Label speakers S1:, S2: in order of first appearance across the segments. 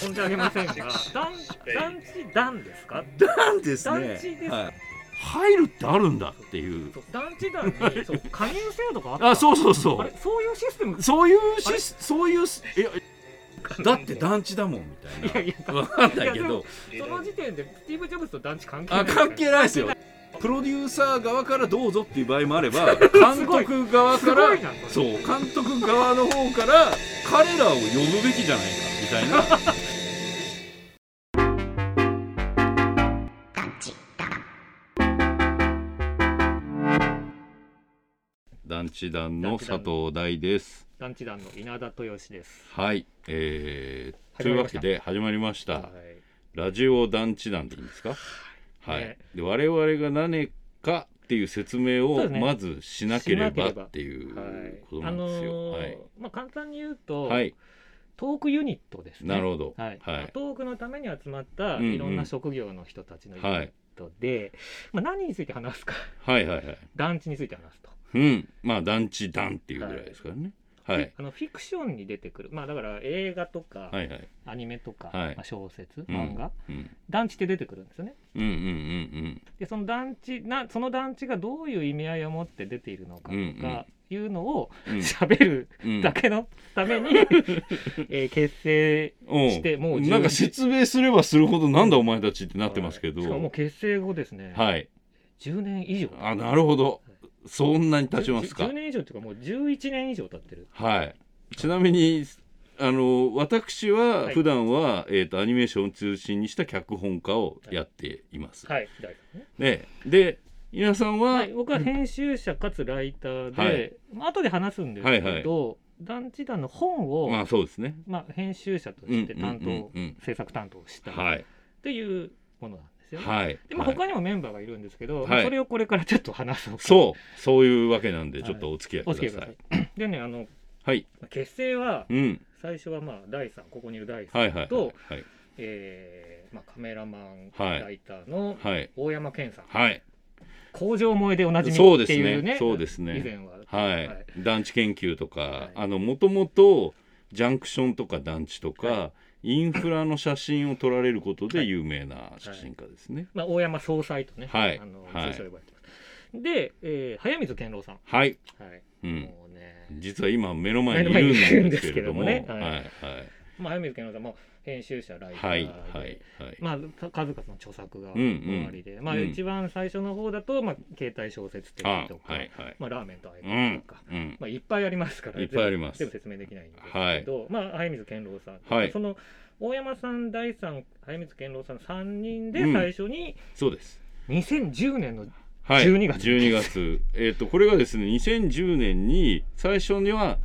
S1: 存じ上げませんが団団地団ですか
S2: なんです
S1: 団地
S2: ね
S1: ですね
S2: はい、
S3: 入るってあるんだっていう
S1: そう団地団に そう加入制度があった
S3: あそうそうそ
S1: あれ
S3: う
S1: そういうシステム
S3: そういうしそういういや
S2: だって団地だもんみたい
S1: いやいや
S2: なわかんないけ
S1: いやで
S2: ど
S1: もその時点でスティーブ・ジョブズと団地関係ない
S2: あ関係ないですよプロデューサー側からどうぞっていう場合もあれば監督側
S1: す
S2: か
S1: ご
S2: ら
S1: いな
S2: そうう監督側の方から彼らを呼ぶべきじゃないかみたいな団地団の佐藤大です
S1: 団地団の稲田豊志です
S2: はい、えー、と
S1: 始まり
S2: いうわ
S1: ました
S2: けで始まりました、
S1: い
S2: ラジオ団地団でいいんですかはい、
S1: ね
S2: で我々が何かっていう説明
S1: そうです
S2: を
S1: ね
S2: まずしなけれ
S1: しな
S2: ば
S1: ければ
S2: っていう
S1: はい
S2: こと
S1: あ
S2: なん
S1: の
S2: ですよ、
S1: ーまあ簡単に言うと、
S2: はい、はい、
S1: トークユニットですね
S2: なるほど
S1: はい
S2: はい
S1: トークのために集まった
S2: うんうん
S1: いろんな職業の人たちのユニットで、まあ、何について話すか
S2: はいはいはい
S1: 団地について話すと、
S2: うんまあ団地団っていうぐらいですからねはい、
S1: あのフィクションに出てくるまあだから映画とか、
S2: はいはい
S1: アニメとか、
S2: はい
S1: まあ、小説
S2: うん
S1: 漫画、
S2: うん
S1: 団地って出てくるんですよね
S2: うんうんうん
S1: でその団地なその団地がどういう意味合いを持って出ているのか
S2: うんうん
S1: とかいうのを
S2: うんうん
S1: 喋る
S2: う ん
S1: だけのため に、えー結成
S2: うん
S1: してもう10
S2: なんか説明すればするほどなんだお前たちってなってますけど、
S1: しかももう結成後ですね、
S2: はい
S1: 10年以上
S2: あなるほどそんなに経ちますか
S1: 10年以上っていうかもう11年以上経ってる
S2: はい。ちなみに、あの、私は
S1: はい
S2: 普段は、えっ、と、アニメーションを中心にした脚本家をやっています。
S1: はい大学ね
S2: ね、で、皆さんは、
S1: はい、僕は編集者かつライターで、まあ後で話すんですけど、
S2: はい
S1: 団地団の本を、
S2: ま
S1: ま
S2: あ、そうですね。
S1: あ、編集者として担当、
S2: うんうんうん
S1: 制作担当したっ
S2: はい。
S1: ていうものなんですよね。
S2: はい。
S1: でまあ、
S2: はい
S1: 他にもメンバーがいるんですけど、
S2: はい
S1: まあそれをこれからちょっと話そうう
S2: そう、そういうわけなんで、
S1: はい
S2: ちょっとお付き合
S1: お
S2: い
S1: 付
S2: く
S1: き
S2: だ
S1: 合い
S2: さ
S1: くだ
S2: い。
S1: さい。でねあの
S2: はい。
S1: 結成は
S2: うん。
S1: 最初はまあ第三ここにいる第三、
S2: はいはい。
S1: と
S2: はい。
S1: えーまあ、カメラマン、
S2: はい
S1: ライターの
S2: はい。
S1: 大山健さん、
S2: はい。
S1: 工場萌えでおなじみ
S2: そうで
S1: って
S2: す
S1: いう
S2: ね
S1: ね。
S2: そうですね。
S1: 以前は、
S2: はい、
S1: はい
S2: 団地研究とか、
S1: はい
S2: あのもともとジャンクションとか団地とか、
S1: は
S2: インフラの写真を撮られることで
S1: はい
S2: 有名な写真家ですね。
S1: まあ、大山総裁とね、
S2: はい
S1: あの
S2: はい
S1: 通称呼ばれてます。で、えー、早水健郎さん、
S2: はい、
S1: はい
S2: うん、
S1: もうね、
S2: 実は今目の前にいるんですけれども、
S1: 目の前にいるんですけどもね
S2: はい
S1: はい
S2: はい
S1: まあ、早水健郎さんも編集者、ライタ
S2: はいはい
S1: ーで、
S2: はい、
S1: まあ、た数々の著作が
S2: うんうん
S1: 終わりで、まあ、
S2: うん
S1: 一番最初の方だと、まあ、携帯小説的
S2: あ
S1: とか、
S2: はいはい、
S1: まあ、ラーメンと相
S2: う
S1: 棒
S2: ん
S1: とか、
S2: うん、
S1: まあ、いっぱいありますから、
S2: いっぱいあります
S1: 全部全部説明できないんですけど、まあ、早水健郎さん、
S2: はい
S1: その大山さん、大さん、早水健郎さん、3人
S2: う
S1: で
S2: ん
S1: 最初に、
S2: そうです。
S1: 2010年の、
S2: はい、
S1: 12月
S2: 12月えっ、とこれがですね2010年に最初には、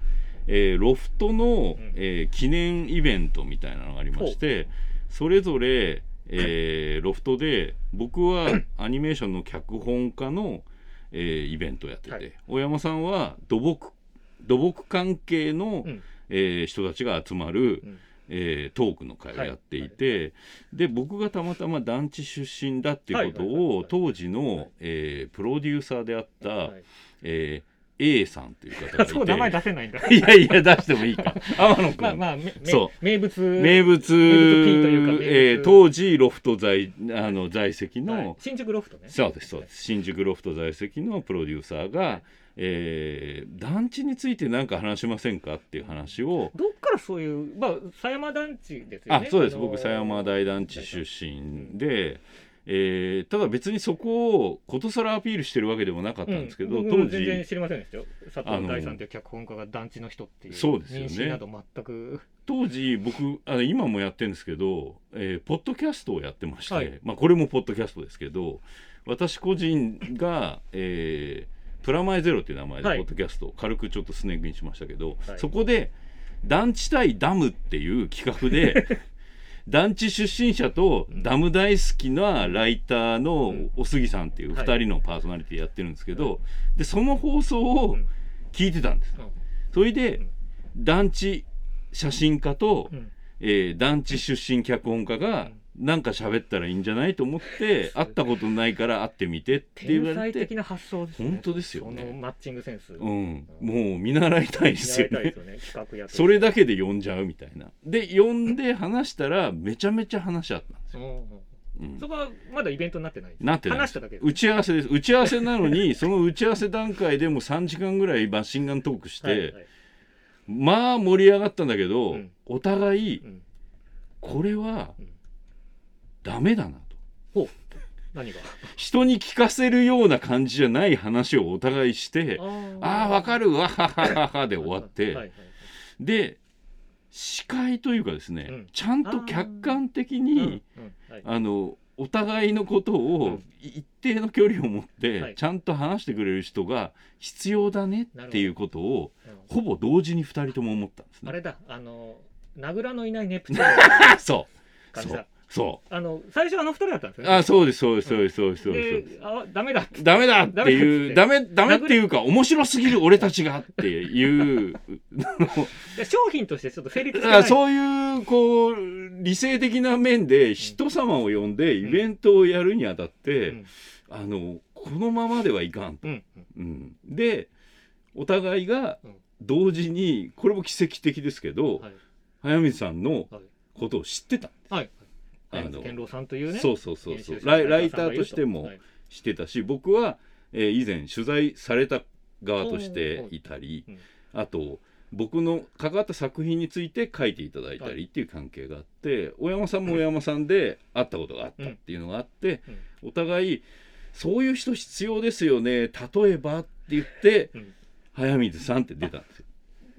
S2: えーロフトの、
S1: ん
S2: えー記念イベントみたいなのがありましてそれぞれ、えーロフトで僕は アニメーションの脚本家の、えーイベントをやってて、
S1: はい
S2: 大山さんは土木土木関係の、
S1: うん
S2: えー人たちが集まる、
S1: うん
S2: えートークの会をやっていて、で僕がたまたま団地出身だっていうこと
S1: はいはいはいは
S2: を
S1: い
S2: 当時の、えープロデューサーであった、
S1: はい
S2: えー A さんという方がいて
S1: そう名前出せないんだ。
S2: いやいや出してもいいか天野君、
S1: まあまあ、め
S2: そ
S1: 名物、名
S2: 名物
S1: 物 P というか名物
S2: えー当時ロフト在あの在籍の、
S1: はい新宿ロフトね。
S2: そうですそうです新宿ロフト在籍のプロデューサーが、えー団地について何か話しませんかっていう話を
S1: どっからそういう、まあ、狭山団地ですよ
S2: あ
S1: ね。
S2: そうです
S1: あのー
S2: 僕狭山大団地出身で、えーただ別にそこをことさらアピールしてるわけでもなかったんですけど、
S1: うん僕も
S2: 当
S1: 全然
S2: 時
S1: 知りませんでしたよ佐
S2: あ
S1: 藤
S2: の
S1: 大さんという脚本家が団地の人っていう
S2: そうですよね
S1: 認識など全く
S2: 当時僕あの今もやってるんですけど、えーポッドキャストをやってまして、
S1: はい
S2: まあ、これもポッドキャストですけど私個人が、えープラマイゼロっていう名前で
S1: はい
S2: ポッドキャストを軽くちょっとスネークにしましたけど、
S1: はい
S2: そこで「団地対ダム」っていう企 画で団地出身者と
S1: うん
S2: ダム大好きなライターの
S1: うん
S2: お杉さんっていう
S1: はい
S2: 2人のパーソナリティやってるんですけど、でその放送
S1: う
S2: を
S1: ん
S2: 聞いてたんです。それで
S1: うん
S2: 団地写真家と、
S1: うん
S2: えー団地出身脚本家が
S1: うん
S2: なんか喋ったらいいんじゃないと思 って会ったことないから会ってみてって
S1: 天
S2: 言われ
S1: 才
S2: て
S1: 的な発想ですね
S2: 本当ですよね
S1: そのマッチングセンス、
S2: うん、もう見習いたいですよ
S1: 見習いたい
S2: ね
S1: で。すよね企画や
S2: それ
S1: だ
S2: だけで呼んじゃうみたいな。で呼んで話したらめちゃめちゃ話し合ったんですよ。うん
S1: そこはまだイベントになってないです
S2: なってない
S1: 話しただけです
S2: 打ち合わせです打ち合わせなのに その打ち合わせ段階でもう3時間ぐらいマシンガントークして、
S1: はいはい
S2: まあ盛り上がったんだけど、
S1: うん
S2: お互い
S1: うん
S2: これは
S1: うん
S2: ダメだなと
S1: 何が
S2: 人に聞かせるような感じじゃない話をお互いしてああわか
S1: る
S2: るわははははで終わって、
S1: はいはい
S2: で司会というかですね、
S1: うん
S2: ちゃんと客観的
S1: うん
S2: に
S1: うんはい
S2: あのお互いのことを一定の距離を持っ
S1: は
S2: て
S1: い
S2: ちゃんと話してくれる人が必要だねっていうことを
S1: うん
S2: ほぼ同時に2人とも思ったんです
S1: あ
S2: ね。
S1: れだあの名倉のいないネプチューンみたいな
S2: あ そ
S1: 感じだ
S2: うそ
S1: あの最初あの二人だったんです
S2: う
S1: よね
S2: あそうですそうですそうですそうですそうです。
S1: であダメだって
S2: ダメだっていうダ
S1: ダ
S2: メダメっていうか面白すぎる俺たちがっていう
S1: で商品としてちょっと成立してない
S2: あそういうこう理性的な面で人様を呼んでイベントをやるにあたって、
S1: うん
S2: あのこのままではいかんと
S1: うん
S2: うん、でお互いが
S1: うん
S2: 同時にこれも奇跡的ですけど、
S1: はい
S2: 早水さんの
S1: はい
S2: ことを知ってた、
S1: はい
S2: あ
S1: は
S2: の
S1: い健郎さんというね
S2: そうそうそう
S1: 編
S2: そ
S1: 集
S2: う
S1: 者
S2: ライ
S1: の
S2: ラ
S1: 皆
S2: イ
S1: さんが
S2: タ
S1: い
S2: ー
S1: る
S2: としても
S1: はい
S2: 知ってたし僕は、えー以前取材された側としていたり、
S1: うん
S2: あと僕の関わった作品について書いていただいた
S1: は
S2: りっていう関係があって小山さんも小山さんで会ったことがあったっていうのがあって、お互いそういう人必要ですよね例えばって言って、
S1: うん
S2: 早水さんって出たんですよ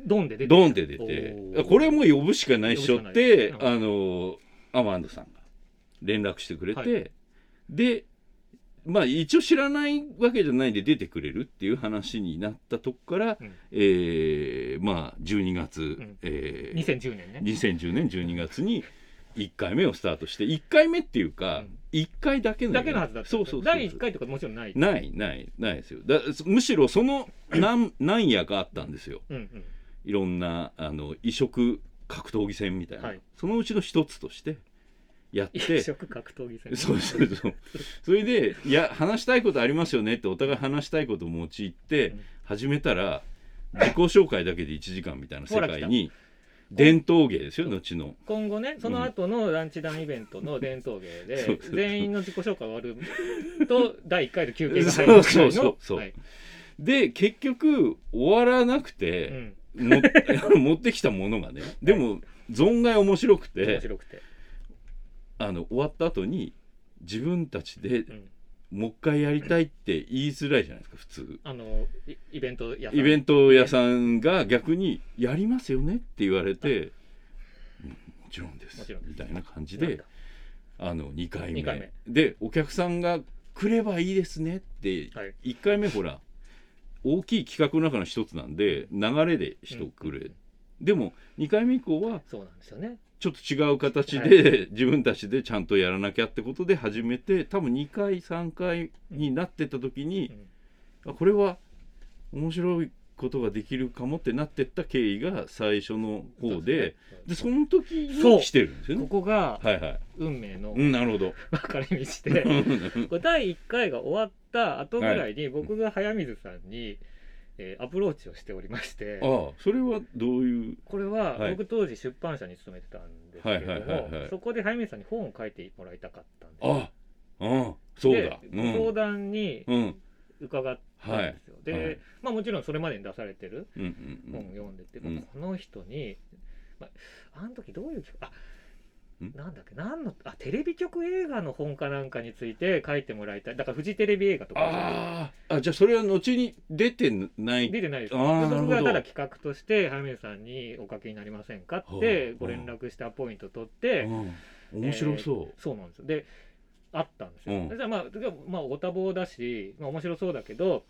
S1: ドンで出てきた
S2: ドンって出
S1: お
S2: て
S1: ー
S2: これもう呼ぶしかないっしょって、
S1: 呼ぶしか
S2: あ
S1: ない
S2: のアマンドさんが連絡してくれて、
S1: は
S2: でまあ一応知らないわけじゃないんで出てくれるっていう話になったとこから、
S1: うん
S2: えーまあ12月、
S1: ん
S2: えー
S1: 2010年ね
S2: 2010年12月に1回目をスタートして1回目っていうか、
S1: うん
S2: 1回だけの
S1: だけのはずだったんです
S2: そ
S1: よ
S2: うそうそう
S1: 第1回とかもちろんない
S2: ないないないですよだむしろその何何夜かあったんですよ
S1: うんうん
S2: いろんなあの異色格闘技戦みたいな、
S1: はい
S2: そのうちの一つとしてやっ
S1: 一
S2: てそう
S1: 色格闘技戦
S2: そうそうそれでいや話したいことありますよねってお互い話したいことを用いて
S1: うん
S2: 始めたら自己紹介だけで1時間みたいな世
S1: ほら
S2: 界に
S1: 来
S2: 伝統芸ですよ後の
S1: 今後ねその後のランチ団イベントの伝統芸
S2: そ
S1: で
S2: うそうそう
S1: 全員の自己紹介終わると第1回の休憩が入
S2: そう
S1: る
S2: そうそうそう
S1: はい
S2: で結局終わらなく
S1: う
S2: て、
S1: ん
S2: も 持ってきたものがねでも存外面白くて
S1: 面白くて
S2: あの終わった後に自分たちで
S1: うん
S2: もう一回やりたいって言いづらいじゃないですか普通
S1: あのイイベントや
S2: イベ
S1: ン
S2: ント屋さんが逆に「やりますよね」って言われて「うんもちろんで
S1: も
S2: す
S1: ちろん」です
S2: みたいな感じであの2回目
S1: 二回目
S2: でお客さんが来ればいいですねって
S1: はい
S2: 1回目ほら大きい企画の中の一つなんで流れで人来
S1: うんうんう
S2: れ
S1: ん
S2: でも2回目以降は
S1: そうなんですよね
S2: ちょっと違う形で自分たちでちゃんとやらなきゃってことで始めて多分2回3回になってた時に
S1: うん
S2: あこれは面白いことができるかもってなってった経緯が最初の方ででその時
S1: そう
S2: に来てるんですよ
S1: こ
S2: ね。
S1: こが
S2: はいはい、
S1: 運命の
S2: うん、なる ほど。
S1: 分かれ道でこれ第1回が終わった後ぐらいに僕が早水さんに、えーアプローチをしておりまして
S2: ああそれはどういう
S1: これは
S2: はい
S1: 僕当時出版社に勤めてたんですけれど
S2: はいはいはいは
S1: も
S2: い
S1: そこで早水さんに本を書いてもらいたかったんです
S2: あああそうだ。
S1: で
S2: う
S1: 相
S2: ん
S1: 談に
S2: うん
S1: 伺ったんですよ、
S2: は
S1: で、
S2: い
S1: まあ、もちろんそれまでに出されてる
S2: うんう
S1: 本を
S2: ん
S1: 読んでて、
S2: うん
S1: まあこの人に、まあ、あの時どういう曲あ
S2: ん
S1: なんだっけ何のあテレビ局映画の本かなんかについて書いてもらいたいだからフジテレビ映画とか
S2: あああじゃあそれは後に出てない
S1: 出てないです
S2: あー
S1: で僕
S2: なる
S1: が
S2: ほど
S1: ただ企画として早水さんにおかけになりませんかって
S2: ほう
S1: ご連絡したポイント取って
S2: うん面白そう。
S1: そうなんですよであったんですよ、
S2: うん
S1: でじゃあまあでまあご多忙だし、まあ、面白そうだけど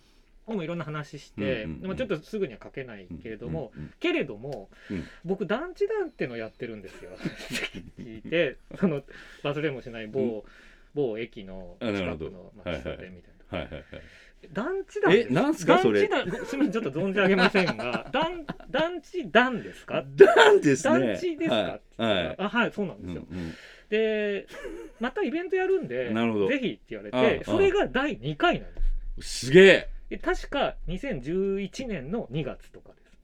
S1: 僕もいろんな話して、
S2: うんうんうん
S1: まあ、ちょっとすぐには書けないけれども、
S2: うんうん
S1: けれども、
S2: うん
S1: 僕団地団ってのやってるん ですよ聞いてその忘れもしない某、某駅の
S2: あなる
S1: 近
S2: ほど
S1: くのまあ喫茶店みたいな、
S2: うんはいはいはい。
S1: 団地団です
S2: えなんすかそれ
S1: 団地団すみませんちょっと存じ上げません が団団地団ですか
S2: 団ですね。
S1: 団地ですか、
S2: はい。はい
S1: あはいそうなんですよ、
S2: うんうん
S1: でまたイベントやるんで
S2: なるほど
S1: ぜひって言われ
S2: あああ
S1: て
S2: あ
S1: それが第2回なんです
S2: すげえ
S1: で確か2011年の2月とかです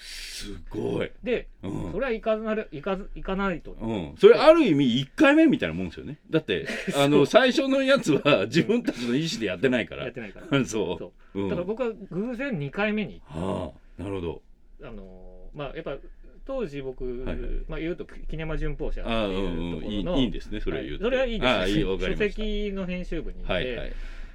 S2: すごい、
S1: で
S2: うん
S1: それは行かなる行かず行かないと
S2: うん、それある意味1回目みたいなもんですよねだって あの最初のやつは自分たちの意思でやってないか
S1: や
S2: ら
S1: ってないから
S2: そう、
S1: そう
S2: ん、
S1: だから僕は偶然2回目に
S2: はあなるほど
S1: あのーまあやっぱ当時僕、
S2: はいはい
S1: まあ言うとキネマ旬報社って
S2: ああうん
S1: いうと
S2: うん
S1: ころ
S2: いい
S1: の
S2: いいんですねそれは言う
S1: それはいいです
S2: ああいいわかりま
S1: 書
S2: した
S1: 籍の編集部にいて、
S2: はいはい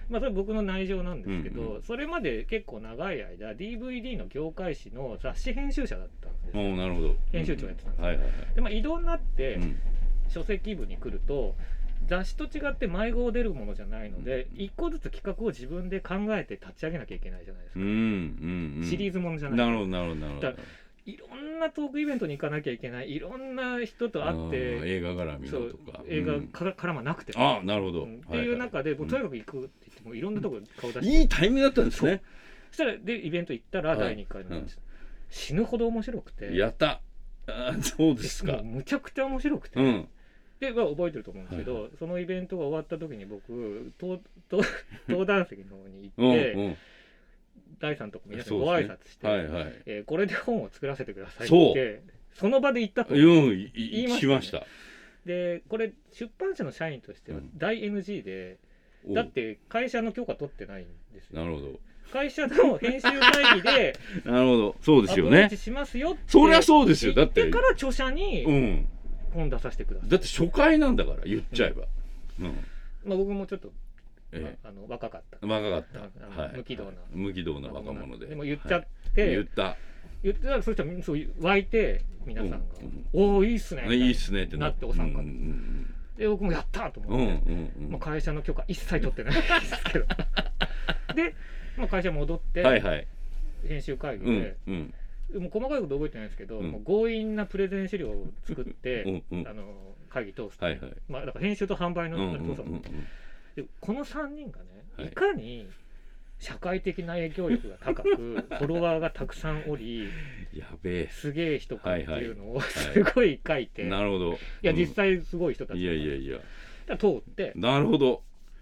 S1: まあ、それ僕の内情なんですけど、
S2: うん
S1: それまで結構長い間 DVD の業界誌の雑誌編集者だったんです
S2: お
S1: よ
S2: うなるほど
S1: 編集長やってたんですよ
S2: はいはいはい
S1: でまあ、移動になって
S2: うん
S1: 書籍部に来ると雑誌と違って迷子を出るものじゃないので
S2: うん
S1: 一個ずつ企画を自分で考えて立ち上げなきゃいけないじゃないですか、
S2: うんうんうん
S1: シリーズものじゃない
S2: なるほどなるほどなるほど
S1: だいろんなトークイベントに行かなきゃいけないいろんな人と会っ
S2: ああ
S1: て
S2: 映画絡み
S1: そ
S2: の
S1: う
S2: とか
S1: 映
S2: う
S1: 画
S2: ん
S1: から絡まなくても
S2: ああなるほど、
S1: うんっていう中で、もうとにかく行くって言ってもういろんなとこに顔出して
S2: いいタイミングだったんですね
S1: そしたらでイベント行ったら
S2: はい
S1: 第2回になりました、死ぬほど面白くて
S2: やったあそうです
S1: も
S2: か
S1: うむちゃくちゃ面白くて、
S2: うん
S1: で、まあ、覚えてると思うんですけど、そのイベントが終わった時に僕登 登登壇席の方に
S2: うん
S1: 行
S2: う
S1: って、
S2: ん
S1: 第三とこ皆さん
S2: そう
S1: にご
S2: ですね
S1: 挨拶して、
S2: はいはい
S1: えーこれで本を作らせてくださいっ
S2: そう
S1: てその場で言ったと
S2: うんい
S1: 言いまし
S2: 聞
S1: た
S2: き
S1: ね
S2: ました
S1: でこれ出版社の社員としては
S2: うん
S1: 大 NG で、
S2: お
S1: だって会社の許可取ってないんですよ
S2: なるほ
S1: 会社の編集会議で
S2: どなるほど そうで
S1: アプ
S2: す
S1: ロ
S2: よ
S1: ー
S2: ね
S1: チしますよって
S2: そりゃそうですよだ
S1: 言っ
S2: って
S1: てから著者に
S2: うん
S1: 本出させてください、
S2: だって初回なんだから言っちゃえばうん
S1: まあ、僕もちょっと、ま
S2: え
S1: ああの若かった
S2: え若かっ
S1: あ
S2: た
S1: の
S2: はい
S1: 無軌道な
S2: 無軌道な若者で
S1: でも言っちゃっ
S2: は
S1: て、
S2: い言った
S1: 言ってたらそしたらそう湧いて皆さんが
S2: うんう
S1: 「
S2: ん
S1: おおいいっすね」
S2: ねいいっすねってな
S1: なってお参加
S2: うん
S1: で僕もやったと
S2: うんう
S1: 思
S2: ん
S1: って、
S2: うん
S1: まあ、会社の許可一切取ってないです けどで、まあ、会社戻っ
S2: うん
S1: て、
S2: はいはい
S1: 編集会議
S2: う
S1: で
S2: ん、うん
S1: もう細かいこと覚えてないんですけど、
S2: うん
S1: もう強引なプレゼン資料を作って、
S2: うんうん
S1: あの会議通すと、
S2: はいはい
S1: まあ、だから編集と販売
S2: う
S1: の
S2: んうん
S1: あれ
S2: うん
S1: 通すの
S2: うん
S1: でこの3人がね、
S2: はい
S1: い、かに社会的な影響力が 高くフォロワーがたくさんおり
S2: やべえ
S1: すげえ人かっていうのを
S2: い
S1: すごい書いて、い
S2: なるほど
S1: や
S2: うん
S1: 実際すごい人たち
S2: いやいやいや
S1: だから通って
S2: なるほど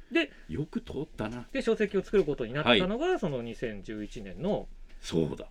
S1: で
S2: よく通ったな
S1: で書籍を作ることになったのが、その2011年の
S2: そうだ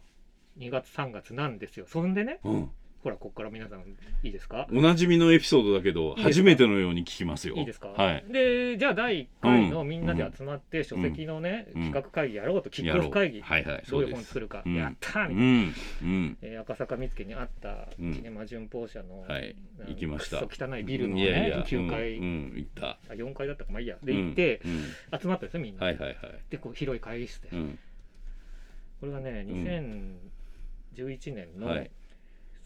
S1: 2月3月なんですよそんでね
S2: うん
S1: ほらここから皆さんいいですか
S2: おなじみのエピソードだけど
S1: いいですか
S2: 初めてのように聞きますよ
S1: いいですか、
S2: はい
S1: でじゃあ第1回のみんなで集まって書
S2: うん
S1: 籍のね、
S2: うん
S1: 企画会議やろうとキッ
S2: や
S1: クオ
S2: ろ
S1: フ
S2: う
S1: 会議、
S2: はいはい
S1: ど
S2: そうう
S1: いう
S2: で
S1: 本
S2: す
S1: 作るか、
S2: うん
S1: やったーみた
S2: う
S1: いな、
S2: んうん
S1: えー赤坂見附にあったキ
S2: うん
S1: ネマ旬報社の、
S2: はい
S1: なん
S2: 行きました
S1: クソ汚いビルのね
S2: いやいや
S1: 9階、
S2: うんうん行った
S1: あ4階だったかまあいいやで行って、
S2: うんうん
S1: 集まったんですよみんな、
S2: はいはいはい
S1: でこう広い会議室で、
S2: うん
S1: これがね2011年の
S2: はい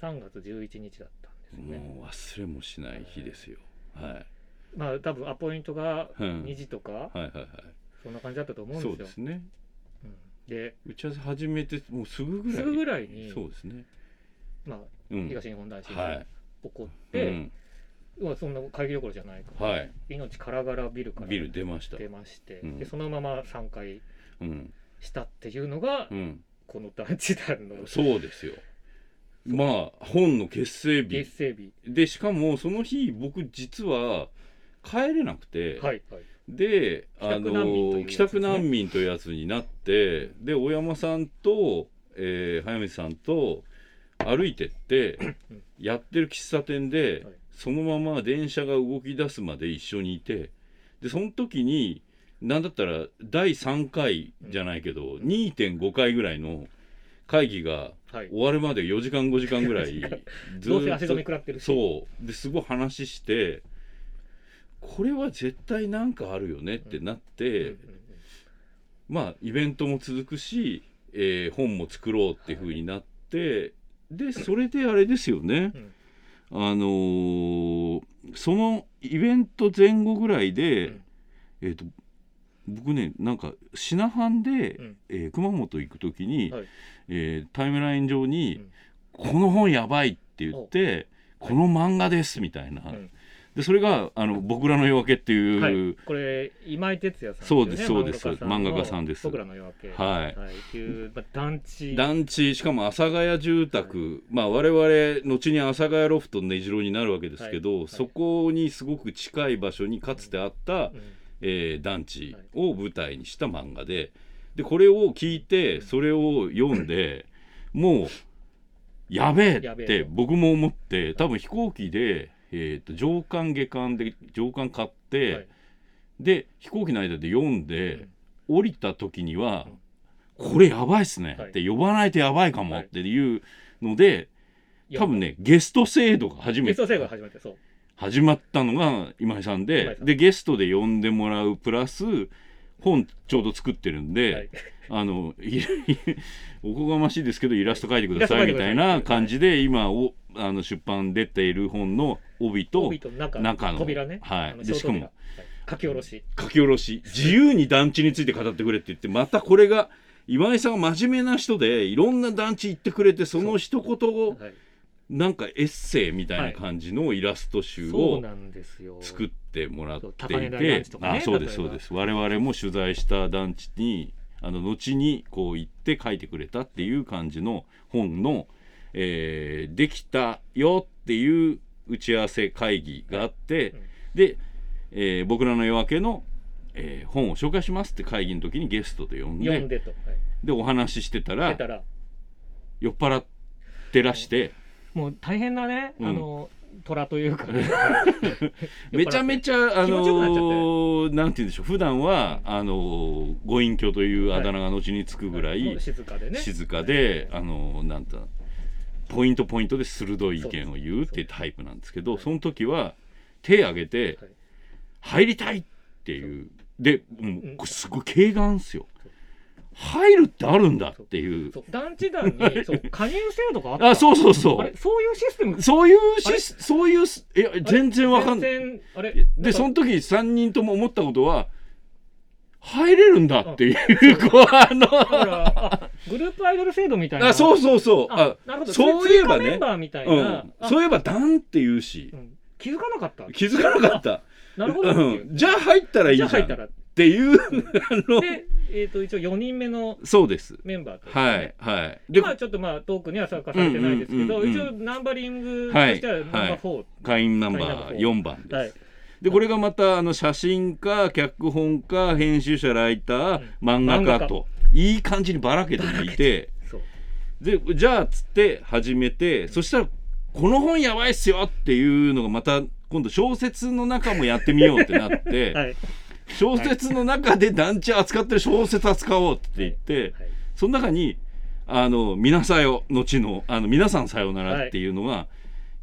S1: 3月11日だったんですよね、
S2: もう忘れもしない日ですよはい
S1: まあ多分アポイントが
S2: うん
S1: 2時とか、
S2: はいはいは
S1: そんな感じだったと思うん
S2: い
S1: ですよ
S2: そうですね
S1: うんで
S2: 打ち合わせ始めてもうすぐぐらい
S1: すぐぐらいに
S2: そうですね
S1: まあ、
S2: うん
S1: 東日本大震
S2: は
S1: 災
S2: い
S1: 起こっ
S2: う
S1: て、
S2: ん
S1: うわそんな会議どころじゃないから、
S2: はい
S1: 命からがらビルから
S2: ビル出ました
S1: 出まして、
S2: うん
S1: でそのまま3回
S2: うん
S1: したっていうのが、
S2: うん
S1: この団地団の
S2: そうですよまあ本の結成日
S1: 月成日、
S2: でしかもその日僕実は帰れなくて、
S1: はいはい
S2: で
S1: 帰宅
S2: あ
S1: 難民というやつですね
S2: の帰宅難民というやつになってで大山さんと、えー早水さんと歩いてって
S1: うん
S2: やってる喫茶店で、
S1: はい
S2: そのまま電車が動き出すまで一緒にいてでその時に何だったら第3回じゃないけど、2.5回ぐらいの会議が
S1: はい
S2: 終わるまで4時間5時間ぐら
S1: 四
S2: い
S1: 時間
S2: ず
S1: どうせ
S2: ー
S1: 足
S2: っ
S1: 止め
S2: と
S1: 食らってるし
S2: そうですごい話してこれは絶対なんかあるよねってなっ
S1: うん
S2: て、
S1: うんうん
S2: まあイベントも続くし、えー本も作ろうっていう風になって、でそれであれですよね、
S1: うん
S2: あのーそのイベント前後ぐらいで、
S1: うん
S2: えっ、と僕ねなんか品藩で、
S1: うん
S2: えー熊本行く時に、
S1: はい
S2: えータイムライン上に、
S1: うん
S2: この本やばい」って言って「この漫画です」みたいな、
S1: うん
S2: でそれがあの僕らの夜明けっていう、
S1: はい、これ今井哲也さん
S2: そうですそうです漫画家さんです
S1: 僕らの夜明け
S2: はい
S1: っていう、まあ、団地
S2: 団地しかも阿佐ヶ谷住宅、まあ我々後に阿佐ヶ谷ロフト根城になるわけですけど、
S1: はいはい
S2: そこにすごく近い場所にかつてあった、
S1: うん
S2: えー団地を舞台にした漫画ででこれを聞いてそれを読ん で、もうやべえ
S1: や
S2: っ
S1: べえ
S2: て
S1: と
S2: 僕も思って多分飛行機で、えー、と上巻下巻で上巻買って、
S1: はい
S2: で飛行機の間で読んで、降りた時には、これやばいっすね、
S1: はい
S2: って呼ばないとやばいかもっていうので、多分ねゲスト制度が初め
S1: ゲス
S2: て
S1: ト制が始まってそう
S2: 始まったのが今井さん
S1: 今井
S2: で
S1: さん
S2: でゲストで呼んでもらうプラス本ちょうど作ってるんで、
S1: はい
S2: あのい おこがましいですけどイラスト描いてください
S1: イラスト描いてくだ
S2: みた
S1: さい
S2: いな感じで今おあの出版出ている本の帯と
S1: 帯と中
S2: 中の
S1: 扉ね
S2: はい
S1: あの
S2: で
S1: 小
S2: しかも
S1: 扉はい書き下ろし
S2: 書き下ろし自由に団地について語ってくれって言ってまたこれが今井さんは真面目な人でいろんな団地行ってくれてその一言を
S1: はい
S2: なんかエッセイみたいな感じのイラスト集
S1: そう
S2: を
S1: なんですよ
S2: 作ってもらって
S1: そ
S2: い
S1: う高根台団
S2: て
S1: 地とかね
S2: あそうです
S1: 例え
S2: そう
S1: ば
S2: です我々も取材した団地にあの後にこう行って書いてくれたっていう感じの本の、えーできたよっていう打ち合わせ会議があって、
S1: うん
S2: で、えー僕らの夜明けの、えー本を紹介しますって会議の時にゲストで呼んで
S1: 読んでとはい
S2: でお話ししてた
S1: 出
S2: ら
S1: たら
S2: 酔っ払ってらして
S1: もう大変なね、
S2: うん
S1: あの虎というか、ね、
S2: めちゃめちゃあ
S1: 気持ちよくなっちゃって
S2: のーなんて言うんでしょう普段はあのーご隠居というあだ名が後につくぐらい
S1: 静かでね
S2: 静かで、あのーなんだポイントポイントで鋭い意見を言うっていうタイプなんですけ
S1: そう
S2: ど
S1: です
S2: その時は手挙げて
S1: はい
S2: 入りたいっていうでもう
S1: うん
S2: これすごい軽眼っすよ
S1: そう
S2: 入るってあるんだっていう
S1: そう団地団に そう加入制度があった
S2: あそうそうそ
S1: あれそういうシステム
S2: うそういう
S1: あれ
S2: シスそういうすいや 全然わかんない
S1: 全然あれ
S2: でそ
S1: ん
S2: の時3人とも思ったことは入れるんだっていうこう
S1: だ
S2: あ
S1: か
S2: の
S1: らあグループアイドル制度みたいな
S2: あそうそうそうあ
S1: あなるほど
S2: そういえばね
S1: 追加メンバーみたいうな、
S2: ん
S1: あ
S2: そういえば「ダン」って言うし
S1: うん気づかなかった
S2: 気づかなかった
S1: なるほどっていう
S2: うんじゃあ入ったらいいじ
S1: じ
S2: ゃ
S1: ゃあ
S2: ん
S1: 入ったら
S2: っていうあの
S1: で、えー、と一応4人目の
S2: そうです
S1: メンバーとうかね
S2: はいはいで
S1: 今はちょっとまあトークには参加されてないですけど、
S2: うんうんうんう
S1: 一
S2: ん
S1: 応ナンバリングとしてはナンバー4、
S2: 会員ナンバー4番です
S1: はい
S2: でこれがまたあの写真家脚本家編集者ライター漫
S1: 漫画
S2: 画家
S1: 家
S2: といい感じにばらけていて
S1: そう
S2: でじゃあっつって始めてそしたらこの本やばいっすよっていうのがまた今度小説の中もやってみようってなって、
S1: はい、はい
S2: 小説の中で団地扱ってる小説扱おうって言って、その中に「あの皆さよ」のちの「あの皆さんさようなら」っていうのが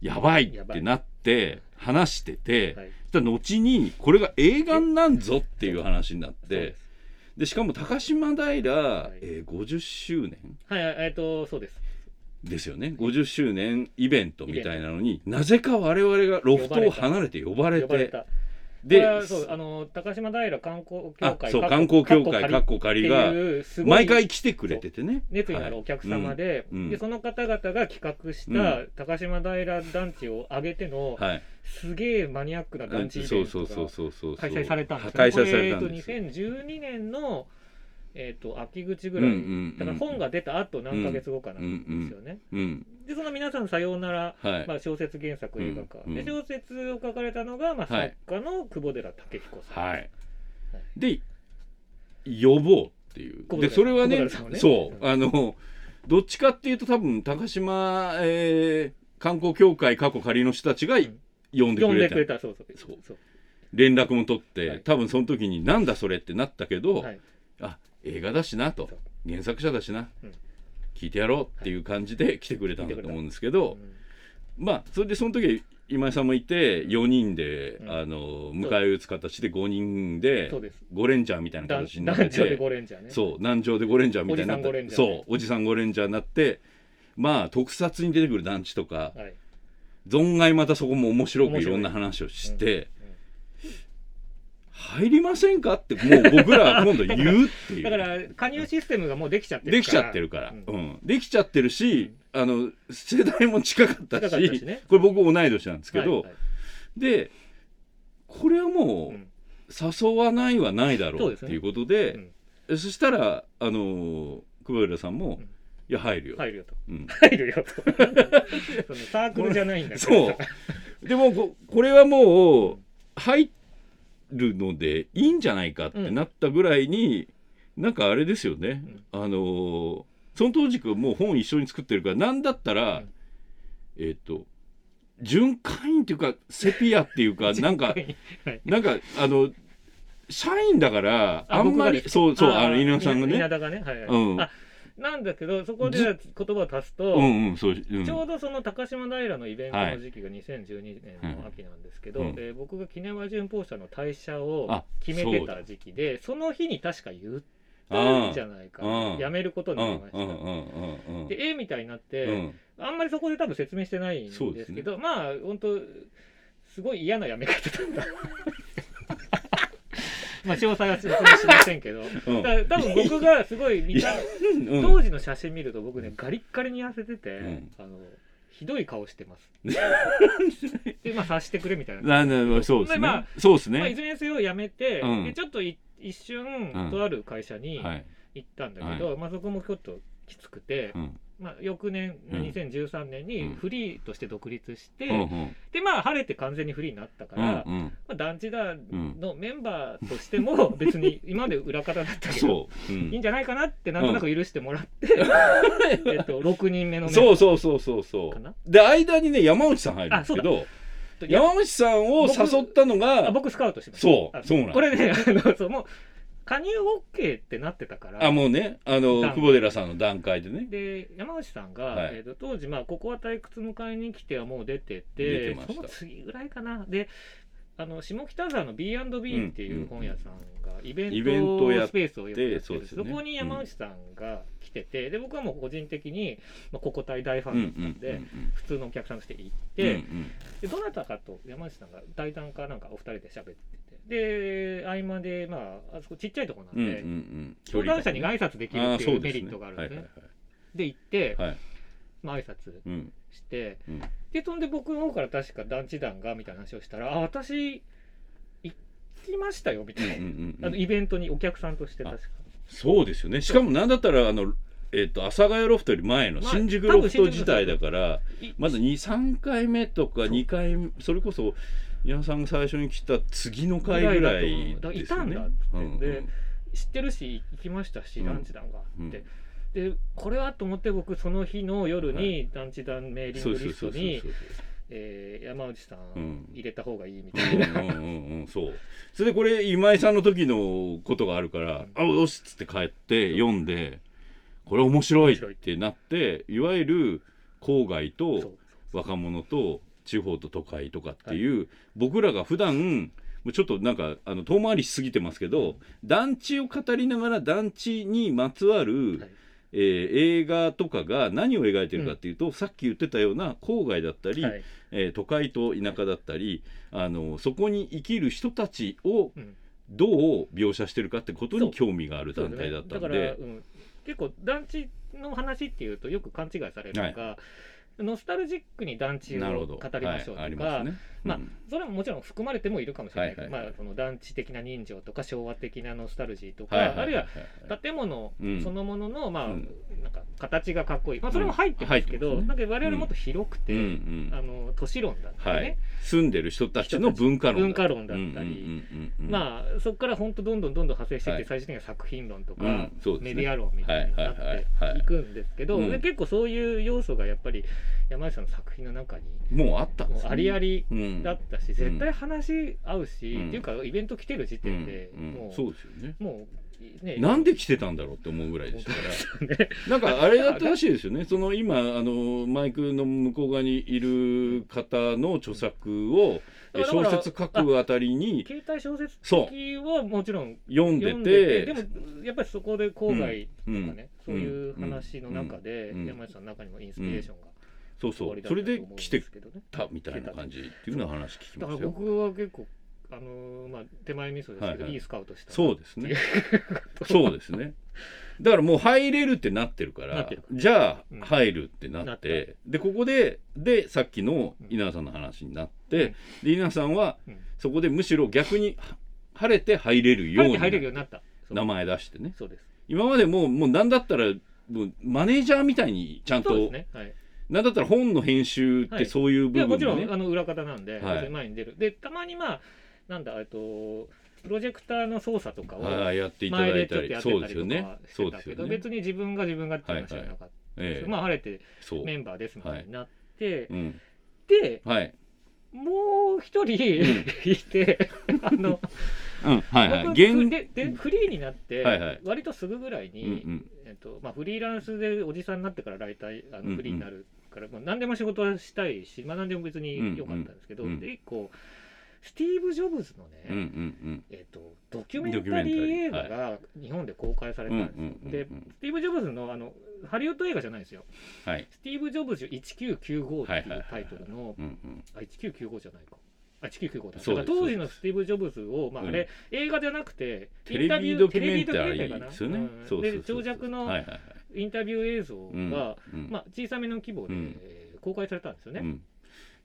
S2: やばいってなって話してて、
S1: はい
S2: そしたら後にこれが映画なんぞっていう話になっ
S1: そうで
S2: て
S1: す
S2: でしかも高島平、
S1: い
S2: えー50周年
S1: はいはいえっ、とそうです
S2: ですよね50周年イベントみたいなのになぜか我々がロフトを離れて呼ばれ
S1: 呼ばれ
S2: て
S1: たこれ
S2: で
S1: はそうあの高島平観光協
S2: あ
S1: 会
S2: そう
S1: かっこ
S2: 観光協会
S1: か
S2: か
S1: っ
S2: っ
S1: こ
S2: こ
S1: 借り
S2: 借り
S1: っ
S2: が
S1: ていうすごい
S2: 毎回来てくれててね
S1: 熱意のあるお客様で,、
S2: うんうん
S1: でその方々が企画し
S2: う
S1: た高島平団地を挙げての、
S2: はい、はい
S1: すげえマニアックな団地イ
S2: そ
S1: ベ
S2: う
S1: ント
S2: そうそう
S1: が
S2: そうそう
S1: 開催されたんです
S2: 開
S1: ね。こ
S2: 催さ
S1: れ
S2: れ
S1: え
S2: た
S1: っ
S2: ん
S1: と
S2: です
S1: 2012年のえっと秋口ぐらい、
S2: うんうんうん
S1: だから本が出た後何ヶ月後かなんですよね。
S2: うん
S1: でその皆さんさようなら、
S2: はい、
S1: まあ、小説原作映画化、
S2: うんうん
S1: で小説を書かれたのが、まあ、
S2: はい
S1: 作家の久保寺武彦さん、
S2: はいで呼ぼうっていう
S1: 小
S2: で
S1: 原
S2: それはね
S1: 小原さんをね
S2: そう
S1: う
S2: あのどっちかっていうと多分高島、えー観光協会過去仮の人たちが
S1: うん
S2: 呼んで
S1: 呼
S2: く
S1: んで
S2: れた
S1: くれたそうそう
S2: そう
S1: そう
S2: 連絡も取って、
S1: はい
S2: 多分その時になんだそれってなったけど、
S1: はい
S2: あ映画だしなと
S1: そう
S2: 原作者だしな、
S1: うん
S2: 聞いてやろうっていう感じで来てくれたんだと思うんですけど、
S1: うん
S2: まあそれでその時今井さんもいて4人で、
S1: うん
S2: あの迎え撃つ形で5人で
S1: そうです
S2: ゴレンジャーみたいな
S1: 団
S2: 形になっ
S1: 団
S2: て
S1: 長で
S2: て、
S1: ゴレンジャーね
S2: そう南城でゴレンジャーみたいになっ
S1: おじさんゴレン
S2: て
S1: ジャーね
S2: そうおじさんゴレンジャーになってまあ特撮に出てくる団地とか
S1: はい
S2: 存外またそこも面白く
S1: 面
S2: い
S1: 白い
S2: ろんな話をして。
S1: うん
S2: 入りませんかってもう僕らは今度言うっていう
S1: だから加入システムがもうできちゃってるから
S2: できちゃってるから、
S1: うん
S2: うんできちゃってるし、あの世代も近かった
S1: 近
S2: し
S1: かったしね
S2: これ僕同い年なんですけど、
S1: はいはい
S2: でこれはもう
S1: うん
S2: 誘わないはない
S1: そ
S2: だろ
S1: う
S2: うっ
S1: です
S2: て
S1: ね
S2: いうことで
S1: うん
S2: そしたらあのー久保寺さんも
S1: うん
S2: 「いや入るよ」
S1: 入るよと
S2: うん
S1: 入るよ とそのサークルじゃないんだから
S2: そうでもここれはもう入るのでいいんじゃないかってなったぐらいに、なんかあれですよね、あのーその当時君もう本一緒に作ってるからなんだったら、
S1: うん
S2: えっ、と巡回員っていうかセピアってい うかなんかなんかあの社員だから
S1: あ
S2: あんま
S1: 僕がで
S2: り
S1: す
S2: そうそうあの
S1: ー
S2: 稲田さんが
S1: 稲
S2: ね
S1: 田がね、はいはい
S2: うん
S1: あなんだけどそこで言葉を足すと、
S2: うんうんそう、うん、
S1: ちょうどその高島平のイベント
S2: は
S1: の
S2: い
S1: 時期が2012年の秋なんですけど、
S2: うん
S1: えー僕が杵山順法社の退社を
S2: あ
S1: 決めてた時期でその日に確か言ったんじゃないか
S2: うん
S1: 辞めること
S2: う
S1: になり
S2: ん
S1: ました、
S2: うんうんうんうん
S1: でええみたいになって、
S2: うん
S1: あんまりそこで多分説明してないんです
S2: そうです
S1: け
S2: ね
S1: どまあ本当すごい嫌な辞め方だ ったまあ詳細は説明しませんけど、
S2: うん
S1: だから多分僕がすごい見た
S2: うん
S1: 当時の写真見ると僕ねガリッガリに痩せてて、
S2: うん
S1: あのひどい顔して ますでまあ察してくれみたいな、
S2: なんだそうですね、
S1: まあま
S2: そうですね、
S1: まあ、いずれにせよ辞めて、
S2: うん
S1: でちょっとい一瞬、
S2: うん
S1: とある会社に
S2: はい、
S1: 行ったんだけど、まあ、そこもちょっときつくて、
S2: うん
S1: まあ、翌年
S2: うん
S1: 2013年
S2: う
S1: に
S2: ん
S1: フリーとして独立して、
S2: うんうん
S1: でまあ晴れて完全にフリーになったか
S2: う
S1: ら、
S2: んうん
S1: まあ、団地団のメンバーとしても別に今まで裏方だったけど。
S2: そう、う
S1: いいん
S2: ん、
S1: じゃないかなってなんとなく許してもらって、 えっと6人目のメンバー
S2: そうそうそうそうそ
S1: かな
S2: うで間にね山内さん入るんですけ
S1: あそ
S2: ど
S1: といや
S2: 山内さんを誘ったの
S1: あ
S2: が
S1: 僕スカウトしました
S2: そう
S1: あ
S2: そうなんです
S1: これねあのそうもう加入 OK ってなってたから
S2: あもうねあの
S1: 段階
S2: 久保寺さんの段階でね
S1: で山内さんが、
S2: はい
S1: えー、と当時、まあ、ここは退屈迎えに来てはもう出て
S2: 出
S1: て
S2: てました
S1: その次ぐらいかなであの下北沢の B&B っていう本屋さんがイベ
S2: イベン
S1: ン
S2: トをや
S1: ト
S2: っ
S1: スペースをやってて
S2: そうです
S1: そ
S2: よね
S1: こに山内さんが来てて、で僕はもう個人的に、まあ、ここ対大ファ
S2: うんう
S1: ンだった
S2: ん
S1: ん
S2: う
S1: で、
S2: ん
S1: 普通のお客さんとして行っ
S2: うん
S1: て、
S2: うん
S1: でどなたかと山内さんが対談かなんかお二人で喋っててで合間でまああそこちっちゃいとこなん
S2: うんうんう
S1: で、
S2: ん
S1: 登壇者に
S2: あ
S1: 挨拶できる
S2: あ
S1: っ
S2: ー
S1: て
S2: そ
S1: いううメ
S2: です
S1: リ
S2: ね
S1: ットがあるん
S2: は
S1: です
S2: いは
S1: ね
S2: い。
S1: で行って、
S2: はいはい
S1: まあ挨拶
S2: うん
S1: して、
S2: うん
S1: でそんで僕の方から確か団地団がみたいな話をしたら「あ私行きましたよ」みた
S2: うん
S1: いな、
S2: うんう
S1: あの
S2: んうん
S1: イベントにお客さんとして
S2: あ
S1: 確か。
S2: そうですよねしかもなんだったらあのえっと阿佐ヶ谷ロフトより前の
S1: まあ
S2: 新宿
S1: 多分
S2: ロフト自体だから
S1: い
S2: まず23回目とか2回目それこそ皆さんが最初に来た次の回ぐらい
S1: ぐらいだと思う
S2: ですよね。
S1: だからいたんだって
S2: うんうん
S1: で知ってるし行きましたし、
S2: うん
S1: 団地団があ
S2: うん
S1: って、でこれはと思って僕その日の夜に団地団メーリン
S2: そう
S1: グ
S2: そう
S1: リス
S2: そ
S1: ト
S2: うそう
S1: に
S2: そう
S1: えー山内さ
S2: うんん
S1: 入れた方がいいみ
S2: う
S1: たい
S2: ん
S1: な、
S2: うんうんうんそうそれでこれ今井さんの時のことがあるから「あよし」っつって帰って読んでこれ面白いってなっていわゆる郊外
S1: そ
S2: と
S1: う
S2: 若者と地方と都会とかっていう、僕らが普段もうちょっとなんかあの遠回りしすぎてますけど団地を語りながら団地にまつわる、
S1: はい
S2: えー映画とかが何を描いてるかっていうと、さっき言ってたような郊外だったり、
S1: はい
S2: えー都会と田舎だったりあのそこに生きる人たちを
S1: うん
S2: どう描写してるかってことに興味がある団体だった
S1: そう
S2: ん
S1: ですねだか
S2: で
S1: ら、うん、結構団地の話っていうとよく勘違いされるのが、ノスタルジックに団地を
S2: なるほど
S1: 語りましょうとか、
S2: はい、ありますね、
S1: まあ
S2: うん
S1: それももちろん含まれてもいるかもしれないけど、
S2: はいはいはい
S1: まあ、その団地的な人情とか昭和的なノスタルジーとか、
S2: はいはいはい
S1: あるい
S2: は
S1: はい建物
S2: うん
S1: そのものの、まあ
S2: うん
S1: なんか形がかっこいい、まあ、それも入ってますけど、
S2: うん入って
S1: な
S2: ま
S1: んか我々もっと広くて、
S2: うんうん
S1: あの都市論だったり
S2: は
S1: ね
S2: い、、住んでる人たちの文化論
S1: 文化論だったり
S2: うんうんうんうん
S1: まあ、そこから本当どんどんどんどん派生していって、
S2: はい
S1: 最終的には作品論とか、
S2: うんそうです
S1: メ
S2: ね
S1: ディア論みたいになっていくんですけど、
S2: はいはいはい
S1: で結構そういう要素がやっぱり山内さんの作品の中に
S2: もうあったんで
S1: も
S2: す
S1: う
S2: ね
S1: ありあり
S2: うん
S1: だったし、絶対話合うし、
S2: うん
S1: っていうかイベント来てる時点で、
S2: うんうん
S1: もう
S2: そうですよね
S1: もうね
S2: なんで来てたんだろうって思うぐらいでしたから
S1: 本当ですよね
S2: なんかあれだったらしいですよね。その今あのマイクの向こう側にいる方の著作をえ
S1: だから
S2: 小説書くあたりに
S1: 携帯小説
S2: そ
S1: 的はもちろん
S2: 読んで
S1: 読んでて
S2: て、
S1: でもやっぱりそこで郊外とかね、
S2: うん
S1: そういううん話の中で、
S2: うん
S1: 山内さんの中にもインスピレーションが、
S2: そうそうそれで来て
S1: た
S2: たみたいな感じっていうのは話聞き
S1: だ
S2: ま
S1: から
S2: すよ。
S1: 僕は結構あのーまあ、手前味噌ですけど、
S2: はいい
S1: い
S2: はい
S1: スカウトしたな
S2: そうですねそうですねだからもう入れるってなってるか
S1: なっ
S2: ら
S1: てるから
S2: じゃ
S1: うん
S2: あ入るってな
S1: な
S2: っ
S1: ってて、
S2: でここででさっきの稲田さんの話になって、で稲田さんは
S1: うん
S2: そこでむしろ逆には晴れて入れるよ
S1: 入っ
S2: う
S1: て
S2: に
S1: 入れるようになったそう
S2: 名前出してね
S1: そうです
S2: 今までもうもう何だったらもうマネージャーみたいにちゃん
S1: そうで
S2: と、
S1: すねはい
S2: なんだったら本の編集っ
S1: はい
S2: てそういう
S1: いやも
S2: 部
S1: ち
S2: 分で
S1: ろ
S2: ね
S1: んあの裏方なんで、
S2: はい
S1: 別に前に出るでたまにまあなんだえっとプロジェクターの操作とかを
S2: はいはいやっていた
S1: 前
S2: だ
S1: で
S2: い
S1: ち
S2: た
S1: ょっと
S2: り
S1: やっ
S2: そ
S1: て
S2: う
S1: た
S2: です
S1: りと
S2: よ
S1: か
S2: ね
S1: はし
S2: そ
S1: て
S2: う
S1: た
S2: です
S1: け
S2: よ
S1: ど、
S2: ね
S1: 別に自分が自分がっていう話じゃなかったです
S2: ええ
S1: まあ晴れて
S2: そう
S1: メンバーですみたいになって、
S2: うん
S1: で
S2: はい
S1: もう一人いて、あの
S2: うんはいはい
S1: 僕
S2: 現
S1: ででフリーになって、
S2: はいはい
S1: 割とすぐぐらいに、
S2: うんうん
S1: えっとまあ、フリーランスでおじさんになってから大体あ
S2: うんう
S1: の
S2: ん
S1: フリーになるから、まあ、何でも仕事はしたいし、まあ、何でも別に良かったんですけど、
S2: うんうん
S1: で一個スティーブ・ジョブズのね、
S2: うんうん
S1: えっとドキュメンタリー映画が日本で公開され
S2: う
S1: た
S2: んうんん
S1: ですよ。
S2: うん
S1: でスティーブ・ジョブズのあのハリウッド映画じゃないですよ、
S2: はい
S1: スティーブ・ジョブズ1995っていうタイトルの、
S2: うんうん
S1: あ1995じゃないか。あ1995だだ
S2: そう
S1: から
S2: です
S1: 当時のスティーブ・ジョブズを、まあ、
S2: うん
S1: あれ、映画じゃなくて
S2: テレビドキュメンタリーですよね
S1: う
S2: そ
S1: ん
S2: うそうそ
S1: で
S2: うそ
S1: 長
S2: う
S1: 尺の
S2: はいはいはい
S1: インタビュー映像
S2: うん
S1: が、
S2: うん
S1: まあ、小さめの規模で、
S2: うん
S1: えー公開されたんですよね。
S2: うん、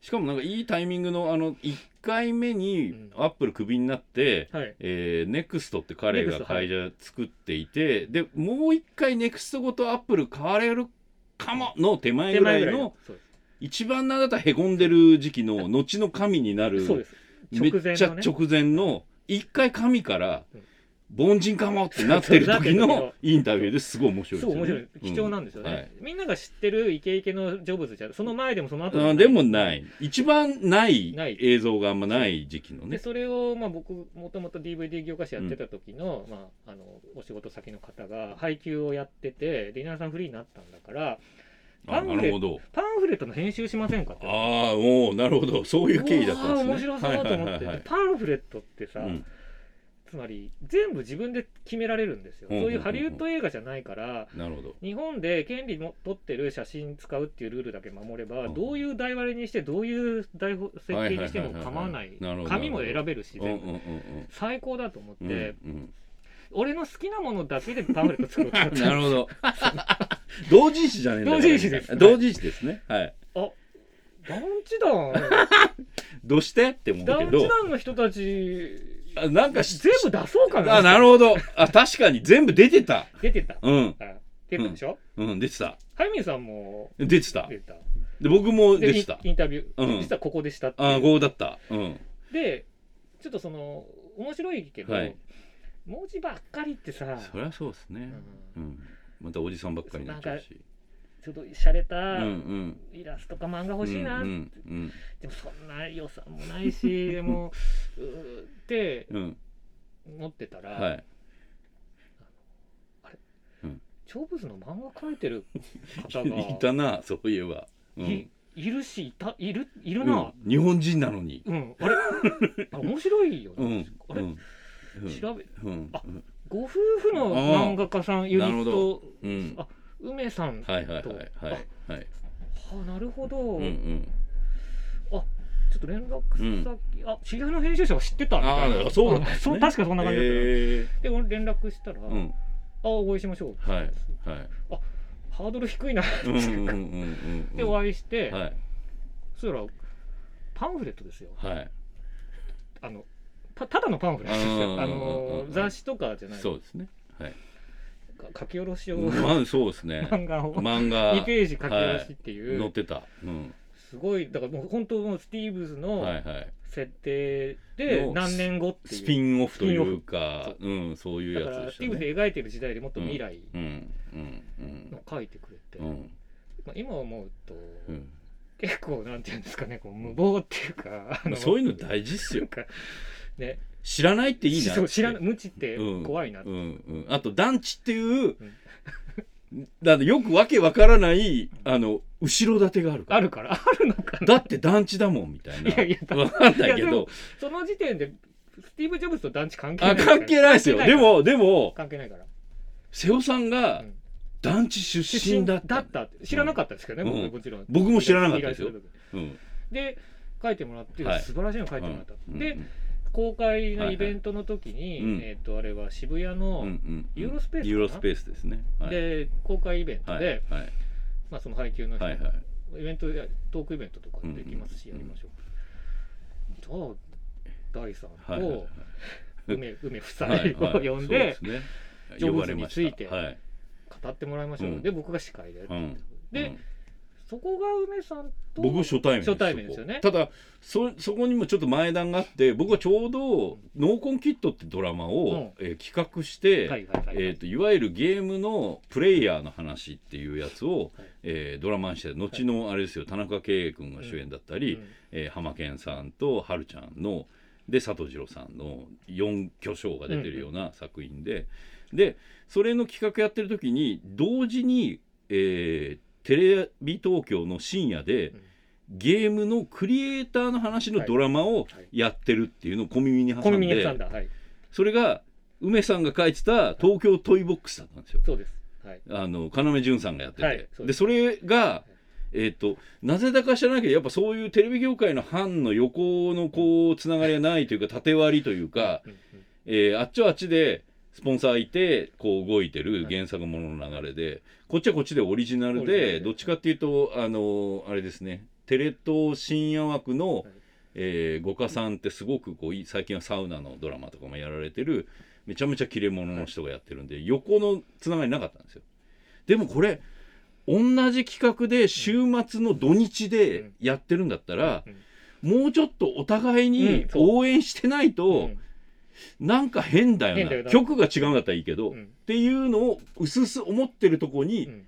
S2: しかもなんかいいタイミングのあの1回目
S1: うん
S2: にアップルクビになって、
S1: はい、
S2: えー、ネクストって彼
S1: NEXT
S2: が会社作っていて、でもう一回ネクストごとアップル買われるかもの手前
S1: 手
S2: ぐら
S1: 前
S2: い
S1: ぐらい
S2: の
S1: のそうです
S2: 一番なんだったらへこんでる時期 の後の神にな
S1: そうで
S2: る
S1: す
S2: め
S1: 直前のね
S2: っちゃ直前の一回神から
S1: うん
S2: 凡人かもってなってる時
S1: そうなってる
S2: のインタビューですごい面白いで
S1: そ
S2: す
S1: う
S2: よね。
S1: 面白い貴重な
S2: うん
S1: んですよね、
S2: うんはい
S1: みんなが知ってるイケイケのジョブズじゃその前でもその後
S2: あでも
S1: い
S2: ない一番ない
S1: ない
S2: 映像があんまない時期の
S1: で
S2: ね。
S1: それを、まあ、僕もともと DVD 業界誌やってた時の,、まあ、あのお仕事先の方が配給をやっててで稲田さんフリーになったんだから
S2: あ
S1: なんで
S2: なるほど。
S1: パンフレットの編集しませんかって
S2: ああもうなるほどそういう経緯だったんですね。
S1: うわー面白そうと思って、
S2: はいはいはいはい
S1: でパンフレットってさ、
S2: うん
S1: つまり全部自分で決められるんですよ、
S2: うんうんうん
S1: そういうハリウッド映画じゃないから
S2: なるほど。
S1: 日本で権利も取ってる写真使うっていうルールだけ守れば、
S2: うん
S1: どういう台割りにしてどういう台本設計にしても構わな
S2: はいいはいはいはいなるほど
S1: 紙も選べるし、
S2: うんうんうん
S1: 最高だと思って、
S2: うん うん
S1: 俺の好きなものだけでパンフレット作ろうと思っ
S2: うん、
S1: て
S2: なる ほど同人誌じゃねえんだから
S1: 同人誌です
S2: 同人誌ですねはい
S1: ダウンチダウン
S2: どうしてって思う
S1: ダウ
S2: け
S1: ン
S2: ど
S1: チダウンの人たち
S2: あなんかし
S1: 全部出そうか な
S2: あなるほどあ確かに全部出てた
S1: 出てた
S2: うん
S1: あ出てたでしょ、
S2: うん出てた
S1: ハイミンさんも
S2: 出てた
S1: 出てた
S2: で僕も
S1: で
S2: 出てた
S1: インインタビュー、
S2: うん
S1: 実はここでしたっていう
S2: あこうだったうん
S1: でちょっとその面白いけど、
S2: はい
S1: 文字ばっかりってさ
S2: そりゃそうですね
S1: う
S2: うん、またおじさんばっかりになっちゃうし
S1: ちょっと洒落た
S2: うんうん
S1: イラストか漫画欲しいな、
S2: うんうん
S1: でもそんな予算もない しでもうーって
S2: うん、うん
S1: 思ってたら、
S2: はい
S1: ジョブズの漫画描いてる方が
S2: いたなそういえば、うん
S1: いいるしいたいるいる
S2: うん
S1: な、、
S2: 日本人なのに
S1: うんあ れあ面白いよ
S2: う
S1: ね、
S2: ん
S1: あれ、
S2: うんうん
S1: 調べ
S2: うん
S1: あご夫婦の漫画家さんユニッ
S2: なるほ
S1: ト
S2: うん
S1: あ梅さん
S2: はいはいはい
S1: と
S2: はいはい
S1: あなるほど、
S2: うんうん
S1: ちょっと連絡先、あ知り合いの編集者は知ってたみたいな
S2: あーそうなんですね
S1: そう確かそんな感じだったよ、
S2: え
S1: で俺連絡したら、
S2: ーうん
S1: あお会いしましょう、
S2: はいはい
S1: ハードル低いなって
S2: うん
S1: いううん
S2: うんう
S1: か
S2: んうん
S1: でお会いして、
S2: はい
S1: そしたらパンフレットですよ
S2: はい
S1: あのたただのパンフレットです
S2: う
S1: よ
S2: ん
S1: あの
S2: うん
S1: 雑誌とかじゃない
S2: そうですねはい
S1: か書き下ろしを、
S2: まあそうですね
S1: 漫画を
S2: 漫画
S1: 2ページ書き下ろしっていう、
S2: 載ってたうん
S1: すごいだからもう本当もうスティーブズ
S2: は
S1: の
S2: いはい
S1: 設定で
S2: の
S1: 何年後っていう
S2: スピンオフというかうんそういう
S1: だ
S2: や
S1: か
S2: つ
S1: ら
S2: で
S1: ス
S2: し
S1: ティー
S2: た
S1: ブズ
S2: ね
S1: で描いてる時代でもっと未来
S2: うんうんうん
S1: の書いてくれて、
S2: うん
S1: まあ、今思うと、
S2: うん
S1: 結構なんていうんですかねこう無謀っていうかあ
S2: まあそう
S1: い
S2: いうの大事っすよ
S1: かね
S2: 知らないっていいなっ
S1: そ
S2: て
S1: う知らない無知って
S2: うん
S1: 怖いな、
S2: う
S1: い
S2: んうん、あと団地っていう、 だってよくわけわからないあの後ろ盾があるから
S1: あるからあるのか
S2: だって団地だもんみたい
S1: いやいやだ
S2: なわかんない
S1: い
S2: け
S1: やでも
S2: ど
S1: その時点でスティーブ・ジョブズと団地関係な
S2: あ
S1: いから
S2: 関係ないですよ
S1: 関係
S2: で
S1: ないから
S2: もでも
S1: 関係ないから
S2: 瀬尾さんが
S1: うん
S2: 団地出身だった、
S1: って知らなかったですけどね、
S2: うん
S1: 僕もちろん
S2: 僕も知らなかったですよ
S1: 依頼る時
S2: うん
S1: で書いてもらって、
S2: はい
S1: 素晴らしいの書いてもらった、
S2: うん
S1: で
S2: うん
S1: 公開のイベントの時に、
S2: はいはいうん
S1: えっ、とあれは渋谷の、
S2: うんうんうん
S1: ユーロスペースかな
S2: ユーロスペースですね。はい、
S1: で公開イベント
S2: はい、
S1: で、
S2: はい、
S1: まあその配給の人
S2: はい、はい。
S1: イベントやトークイベントとかできますし
S2: うん
S1: や
S2: うん
S1: り
S2: うん
S1: ましょう。じゃあ大さん
S2: はいはい
S1: と梅梅夫妻
S2: はい
S1: を呼んで
S2: そうですね
S1: ジョブズ
S2: 呼ばれました
S1: について
S2: はい
S1: 語ってもらいましょう。
S2: うん
S1: で僕が司会で、
S2: うんう
S1: で、
S2: ん
S1: そこが梅さんと
S2: 僕初対面
S1: 初対面ですよね
S2: そこただそそこにもちょっと前段があって僕はちょうど「ノーコンキット」ってドラマを、えー企画して、
S1: はいはいはい、
S2: えー、といわゆるゲームのプレイヤーの話っていうやつを、
S1: はい
S2: えードラマにして後のあれですよ田中圭君が主演だったり、
S1: うん
S2: えー、浜健さんとはるちゃんので佐藤二郎さんの4巨匠が出てるような作品で、でそれの企画やってる時に同時に、えーテレビ東京の深夜で
S1: うん
S2: ゲームのクリエイターの話のドラマ
S1: は
S2: を
S1: い
S2: やってるっていうのを小耳に挟
S1: コン
S2: ん
S1: ビニ
S2: で、
S1: さんだはい
S2: それが梅さんが書いてた「東京トイボックス」だったんですよ。
S1: そうですはい
S2: あの要潤さんがやってて、
S1: はいそ
S2: そうで
S1: です
S2: それが、えっとなぜだか知らなきゃやっぱそういうテレビ業界の班の横のこうつながりがないというか縦割りというか、
S1: うんうん
S2: えーあっちはあっちでスポンサーいてこう動いてる原作ものの流れで、こっちはこっちでオリジナル
S1: オリジナル
S2: で
S1: で
S2: どっちかっていうとあのあれですねテレ東深夜枠
S1: は
S2: の、
S1: い
S2: えー、五花さんってすごくこういい最近はサウナのドラマとかもやられてるめちゃめちゃ切れ者の人がやってるんで、横のつながりなかったんですよ。でもこれ同じ企画で週末の土日でやってるんだったら、もうちょっとお互いに
S1: うんそう
S2: 応援してない
S1: う
S2: と、
S1: ん
S2: なんか変だよ
S1: 変
S2: な
S1: だよな
S2: 曲が違うんだったらいいけど、
S1: う
S2: っ
S1: ん
S2: ていうのをうすうす思ってるとこ
S1: う
S2: に
S1: ん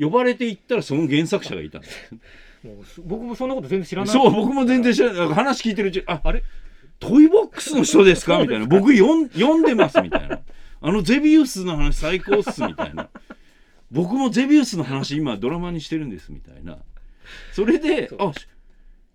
S2: 呼ばれていったらその原作者がいたんです
S1: もうす僕もそんなこと全然知らない
S2: そう僕も全然知らない話聞いてるうちあ
S1: あれ
S2: トイボックスの人ですか
S1: そう
S2: み
S1: で
S2: たい
S1: す
S2: な
S1: か
S2: 僕読ん読んでますみたいなあのゼビウスの話最高っすみたいな僕もゼビウスの話今ドラマにしてるんですみたいなそれで
S1: そう
S2: あし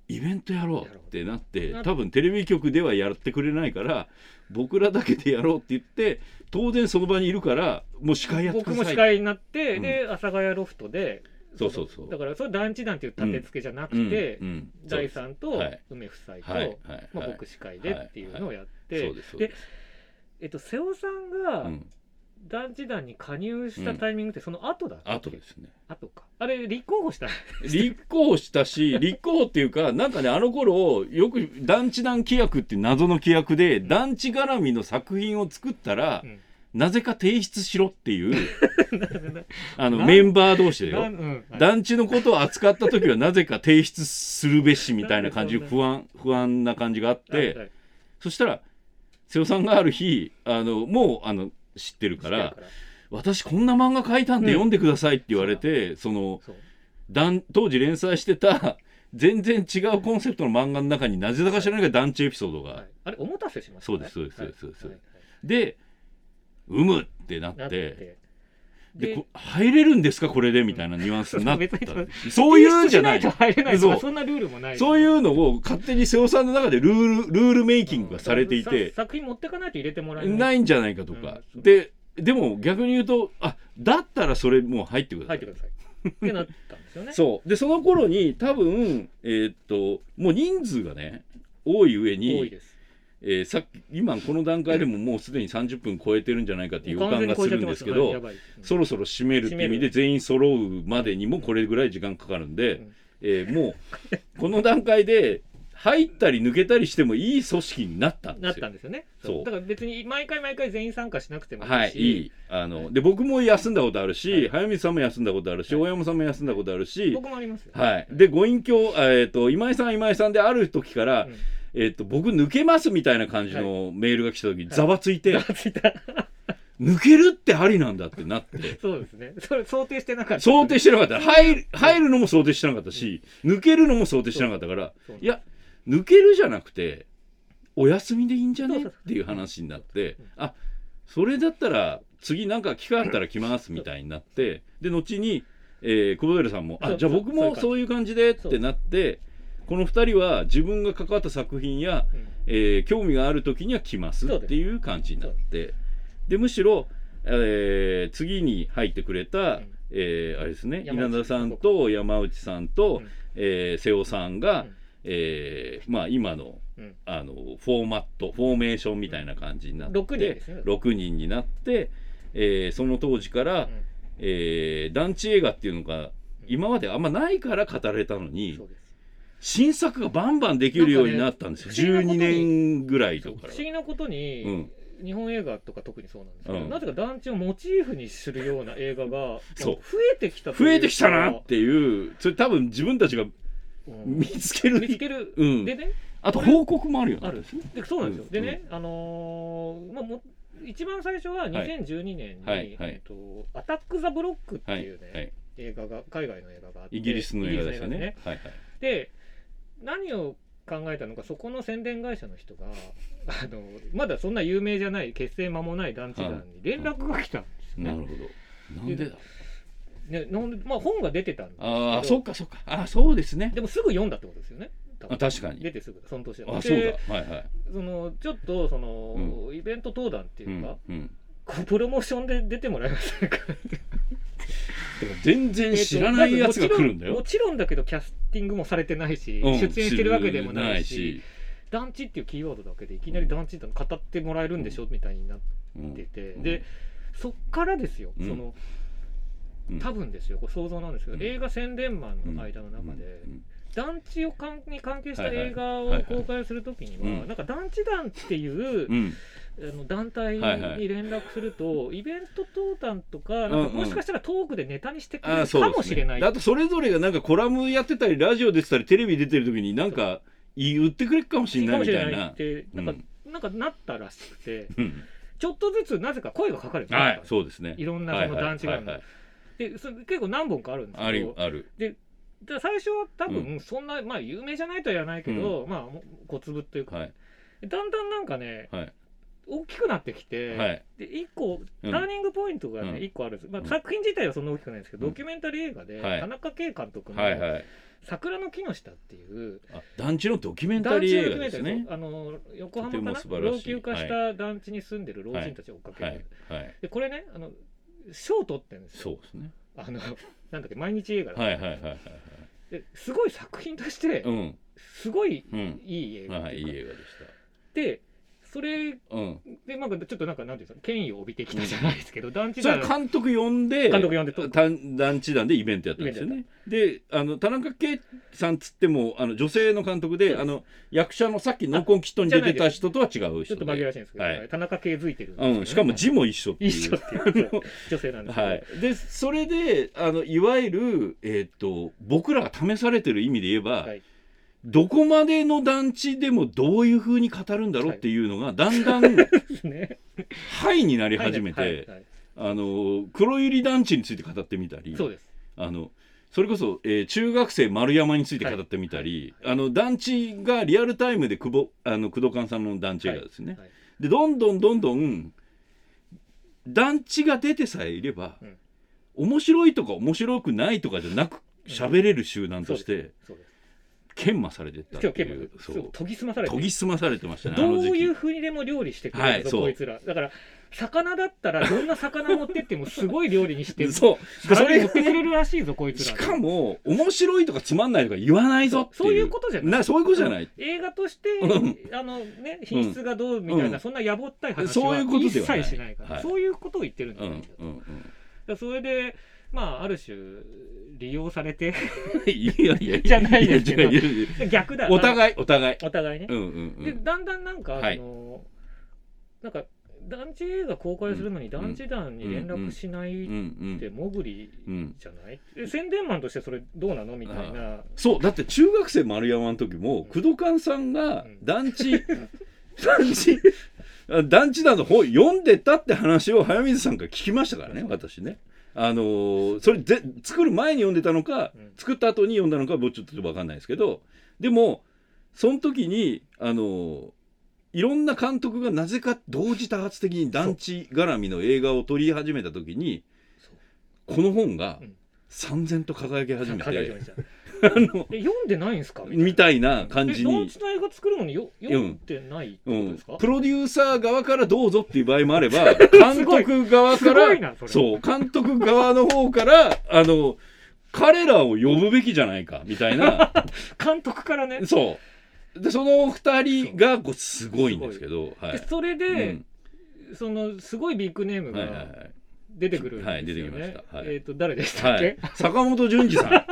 S2: イベントやろうってなって多分テレビ局ではやってくれないから僕らだけでやろうって言って当然その場にいるからもう司会やってく
S1: 僕
S2: ださ
S1: も
S2: い
S1: 司会になって、
S2: うん
S1: で阿佐ヶ谷ロフトで
S2: そうそうそう
S1: だからそれ団地団っていう立て付けじゃなくて、
S2: うんうん
S1: 財産と
S2: はい
S1: 梅夫妻と、
S2: はいはいはい
S1: まあ、僕司会でっていうのをやって、
S2: そうですそうです
S1: えっと、瀬尾さんが
S2: うん
S1: 団地団に加入したタイミングってその後だったっ
S2: あ
S1: け
S2: とですね
S1: 後かあれ立候補した
S2: 立候補し たし立候補っていうかなんかねあの頃よく団地団規約っていう謎の規約で
S1: ん
S2: 団地絡みの作品を作ったら
S1: うん
S2: なぜか提出しろっていう
S1: なな
S2: あの
S1: なん
S2: メンバー同士で
S1: な
S2: よ
S1: うんはい
S2: 団地のことを扱った時はなぜか提出するべしみたいな感じの不安不安な感じがあっ
S1: はいは
S2: て
S1: い
S2: そしたら瀬尾さんがある日あのもうあの知ってるから「私こんな漫画描いたんで読んでください」って言われてその。
S1: そう
S2: 団当時連載してた 全然違うコンセプトの漫画の中になぜだか知らないけど団地エピソードが、
S1: はいあれお待たせしました
S2: そうですそうですそうですそう
S1: は
S2: で
S1: い
S2: で「うむ」ってなっ
S1: はいはいなってて
S2: で
S1: で
S2: こ入れるんですかこれでみたいなニュアンスにな っ
S1: 別に
S2: たそういうんじゃない
S1: 提出しと入れないと
S2: そう
S1: かそんなルールもない
S2: そういうのを勝手に瀬尾さんの中でルールルールメイキングがされてい
S1: うん
S2: て
S1: さ作品持ってかないと入れてもらえない
S2: ないんじゃないかとか、
S1: うん
S2: ででも逆に言うとあだったらそれもう入ってくださ
S1: 入って
S2: い
S1: くださいってなったんですよね
S2: そうでその頃に多分えーっともう人数がね多い上に
S1: 多いです
S2: えーさっき今この段階でももうすでに30分超えてるんじゃないかっていう予
S1: 完全
S2: 感が
S1: に
S2: す
S1: 超えちゃ
S2: る
S1: っ
S2: ん
S1: てま
S2: ですけ
S1: はいや
S2: ど
S1: ばいうん
S2: そろそろ締めるっていう意味で全員揃うまでにもこれぐらい時間かかるんで、
S1: うん
S2: えーもうこの段階で入ったり抜けたりしてもいい組織になったん
S1: なっ
S2: です
S1: た
S2: よ
S1: ん。ですよね
S2: そう
S1: だから別に毎回毎回全員参加しなくてもいいし、
S2: はい、いいあので僕も休んだことあるし、
S1: はい
S2: 早水さんも休んだことあるし、
S1: はい
S2: 大山さんも休んだことあるし、
S1: 僕もありますよ
S2: はい、でご隠居、えー、と今井さん今井さんである時から、
S1: うん
S2: えー、と僕抜けますみたいな感じのメールが来た時にざわついて、
S1: ついた
S2: 抜けるってありなんだって なって
S1: そうですねそれ想定してなかった
S2: 想定してなかった入る入るのも想定してなかったし抜けるのも想定してなかったから
S1: そう
S2: いや抜けるじゃなくてお休みでいいんじゃねっていう話になってあそれだったら次なんか機会あったら来ますみたいになってで後に、えー、久保寺さんも
S1: そ
S2: あ
S1: う
S2: じゃあ僕も
S1: そ
S2: そういう感じでってなってこの2人は自分が関わった作品や
S1: うん
S2: えー興味がある時には来ます
S1: そ
S2: っ
S1: うです
S2: ていう感じになってでむしろ、えー次に入ってくれた、
S1: ん
S2: えーあれですね稲
S1: 山内
S2: 田さんと山内さんと、
S1: うん
S2: えー瀬尾さんが、
S1: うん
S2: えーまあ、今の
S1: うん
S2: あのフォーマットフォーメーションみたいな感じになって
S1: 6人ですね。
S2: 6人になって、えーその当時から、
S1: う
S2: えー団地映画っていうのが今まであんまないから語られたの
S1: ん
S2: に
S1: そうです
S2: 新作がバンバンできるようになったんですよ、
S1: なんかね
S2: 12年ぐらい
S1: 不
S2: と
S1: 思
S2: かから。
S1: 議なことに、
S2: うん
S1: 日本映画とか特にそうなんですけど、
S2: うん
S1: なぜか団地をモチーフにするような映 画が
S2: そう
S1: 増えてきたというか
S2: 増えてきたなっていうそれ多分自分たちが
S1: うん
S2: 見つけ
S1: 見つ
S2: る、
S1: ける、
S2: うん
S1: で、ね
S2: あと報告もあるよね
S1: あるでそうなんですよ、
S2: うん
S1: でね、あのーまあ、も一番最初は2012年に、
S2: はいはい
S1: えっと「アタック・ザ・ブロック」って
S2: はい
S1: いうね、
S2: はい、
S1: 映画が海外の映画があって
S2: イギリスの映画でしたね
S1: イギリスの映
S2: はいはい
S1: 画でねで何を考えたのかそこの宣伝会社の人があのまだそんな有名じゃない結成間もない団地団に連絡が来たんですよね
S2: なるほどなんでだ
S1: ねなんでまあ、本が出てたんですけど
S2: ああそっかそっかあーそうですね
S1: でもすぐ読んだってことですよね多分
S2: あ確かに
S1: 出てすぐその年だ
S2: あ
S1: で
S2: そうだはいはい
S1: そのちょっとその、イベント登壇って
S2: う
S1: いうんか、
S2: うん
S1: こうプロモーションで出てもらえませんか
S2: でも全然 知らないやつが来るんだ
S1: も
S2: よ、
S1: ちろんだけどキャスティングもされてないし、
S2: うん
S1: 出演してるわけでもないし団地っていうキーワードだけでいきなり団地って語ってもらえるんでしょ、みたいになっ
S2: 知らない
S1: て
S2: し、
S1: て、
S2: うん
S1: でそっからですよ、
S2: うん
S1: その
S2: うん
S1: 多分ですよこれ想像なんですけど、
S2: うん
S1: 映画宣伝マンの間の
S2: うん
S1: 中で、
S2: うん
S1: 団地を関に関係した
S2: はいはい
S1: 映画
S2: はいは
S1: を
S2: い
S1: 公開するときには、
S2: うん
S1: なんか団地団っていう、
S2: うん
S1: あの団体に
S2: はいはい
S1: 連絡すると、イベント登壇とか
S2: うん
S1: な
S2: うんん
S1: かもしかしたらトークでネタにしてくれ
S2: あ
S1: る
S2: ーそう
S1: か
S2: ですね
S1: もしれない、
S2: であとそれぞれがなんかコラムやってたりラジオ出てたりテレビ出てる時になんか言ってくれるかもしれないみたい
S1: か
S2: な
S1: もしれないってなんか,、なんかなったらしくてちょっとずつなぜか声がかかるよう
S2: う
S1: にな
S2: ん
S1: った
S2: はい
S1: んです
S2: そうですね
S1: いろんな
S2: はい
S1: その団地があるの
S2: はいはい
S1: でそれ結構何本かあるんです
S2: あ
S1: け
S2: る
S1: ど
S2: ある
S1: で最初は多
S2: う
S1: 分そんな、まあ有名じゃないとは言わないけど、まあもう小粒というか、
S2: はい
S1: だんだんなんかね
S2: はい
S1: 大きくなってきて、
S2: はい
S1: で1個
S2: う
S1: タ
S2: ん
S1: ーニングポイントが
S2: う
S1: ね
S2: ん
S1: 1個あるんです、ま
S2: う
S1: あ、
S2: ん
S1: 作品自体はそんな大きくないんですけど、
S2: うん
S1: ドキュメンタリー映画で、
S2: はい
S1: 田中圭監督の、
S2: はいはい
S1: 桜の木の下っていう
S2: あ団地のドキュメンタ
S1: 団
S2: リ
S1: 地の
S2: ー
S1: ド
S2: 映
S1: キュ
S2: 画
S1: メンタ
S2: です
S1: リー
S2: ね
S1: ですあの横浜か
S2: とて
S1: な
S2: も素晴
S1: 老
S2: らしい
S1: 朽化した団地に住んでる老人たちを追っかける、
S2: はいはい
S1: でこれねあの賞取ってるんです
S2: そ
S1: よ
S2: うですね
S1: あのなんだっけ毎日映画だ
S2: はいはいはいはいはい
S1: ですごい作品として
S2: うん
S1: すごい
S2: うん
S1: いい映画
S2: は
S1: って
S2: い
S1: い
S2: いうい
S1: か
S2: 映画でし
S1: でそれ
S2: たうん
S1: でなんかちょっとなんかなんていうんですか権威を帯びてきたじゃないですけど団地
S2: そ
S1: だ
S2: れは監督呼んで
S1: 監督呼んでと
S2: た団地団でイベントやったんですよ
S1: イベ
S2: ねであの田中圭さんつってもあの女性の監督
S1: そう
S2: で
S1: です
S2: あの役者のさっき「ノンコンキット」に出てた人とは違う
S1: ちょ
S2: 人
S1: っと紛ら
S2: で、
S1: わしいんですけど、
S2: はい
S1: 田中圭づいてるんですよね、
S2: うん、しかも字も一緒っていう
S1: 一緒っていう女性なんですけど、
S2: はい、でそれであのいわゆる、えー、と僕らが試されてる意味で言えば、
S1: はい
S2: どこまでの団地でもどういうふうに語るんだろうっていうのが、だんだん
S1: ね
S2: はいになり始め て、
S1: はいはい
S2: あの黒百合団地について語ってみたり
S1: そうです
S2: あのそれこそ、えー中学生丸山について語ってみたり、あの団地がリアルタイムで久保あの工藤勘さんの団地映画ですね、
S1: はいはい
S2: でどんどんどんどん団地が出てさえいれば、
S1: うん
S2: 面白いとか面白くないとかじゃなく
S1: うん
S2: 喋れる集団として
S1: そうです
S2: 研磨されてったって
S1: 今日研
S2: いう
S1: 磨
S2: そ
S1: そうう研ぎ澄まされて
S2: 研ぎ澄まされてましたねあ
S1: ど
S2: の
S1: う
S2: 時
S1: い
S2: 期
S1: うふうにでも料理してくれる
S2: はい
S1: ぞ、
S2: そう
S1: こいつらだから魚だったらどんな魚持ってってもすごい料理にして
S2: そうで
S1: 皿
S2: そ
S1: に
S2: れ
S1: 持
S2: が
S1: って
S2: ね
S1: くれるらしいぞこいつら
S2: しかも面白いとかつまんないとか言わないぞっていう
S1: そういうことじゃない
S2: なそういうことじゃない
S1: 映画として、
S2: う
S1: あのね品質がどうみたいな、
S2: うん
S1: そんな野暮ったい話
S2: そう
S1: は
S2: いうこと
S1: 一
S2: ではない
S1: 切しないから、
S2: はい
S1: そういうことを言ってるん
S2: う
S1: だ
S2: ん
S1: よね
S2: うんうん
S1: だからそれでまあある種利用され て
S2: いやいやいや
S1: じゃないですけど
S2: やいやいや
S1: 逆だ
S2: お
S1: い
S2: 互いお互い
S1: お互いね
S2: う、んうんう
S1: で
S2: ん
S1: だんだんなんか、
S2: はい
S1: あのなんか団地映画公開するのに
S2: ん
S1: 団地団に連絡しない
S2: うんうん
S1: ってモグリ
S2: うん
S1: じゃない、で宣伝マンとしてそれどうなのみたいな
S2: そうだって中学生丸山の時も工藤勘さんが
S1: うん
S2: 団地、団地あ団地など本読んでたって話を早水さんから聞きましたからね私ねあのーそれぜ作る前に読んでたのか、
S1: うん
S2: 作った後に読んだのか僕ちょっと分かんないですけどでもその時にあのーいろんな監督がなぜか同時多発的に団地絡みの映画を撮り始めた時に
S1: そう
S2: この本が
S1: うん
S2: 燦然と輝き始めて、
S1: 考えてました
S2: あの
S1: え読んでないんですか
S2: みたいな感じ
S1: え団
S2: に、
S1: 地の映画作るのによ読んでないってこと
S2: う
S1: で
S2: ん
S1: すか、、
S2: プロデューサー側からどうぞっていう場合もあ れば監督側か
S1: すごい
S2: ら
S1: なそれ
S2: そう監督側の方からあの彼らを呼ぶべきじゃないかみたい な
S1: 監督からね
S2: そうでその二人がこうすごいんですけどは
S1: で
S2: い、
S1: それ
S2: う
S1: で、
S2: ん
S1: そのすごいビッグネーム
S2: はいはいは
S1: が出てくるんですよね、
S2: はい出てきましたはい
S1: えっ、と誰でしたっ
S2: い
S1: け、
S2: はい、坂本淳二さ ん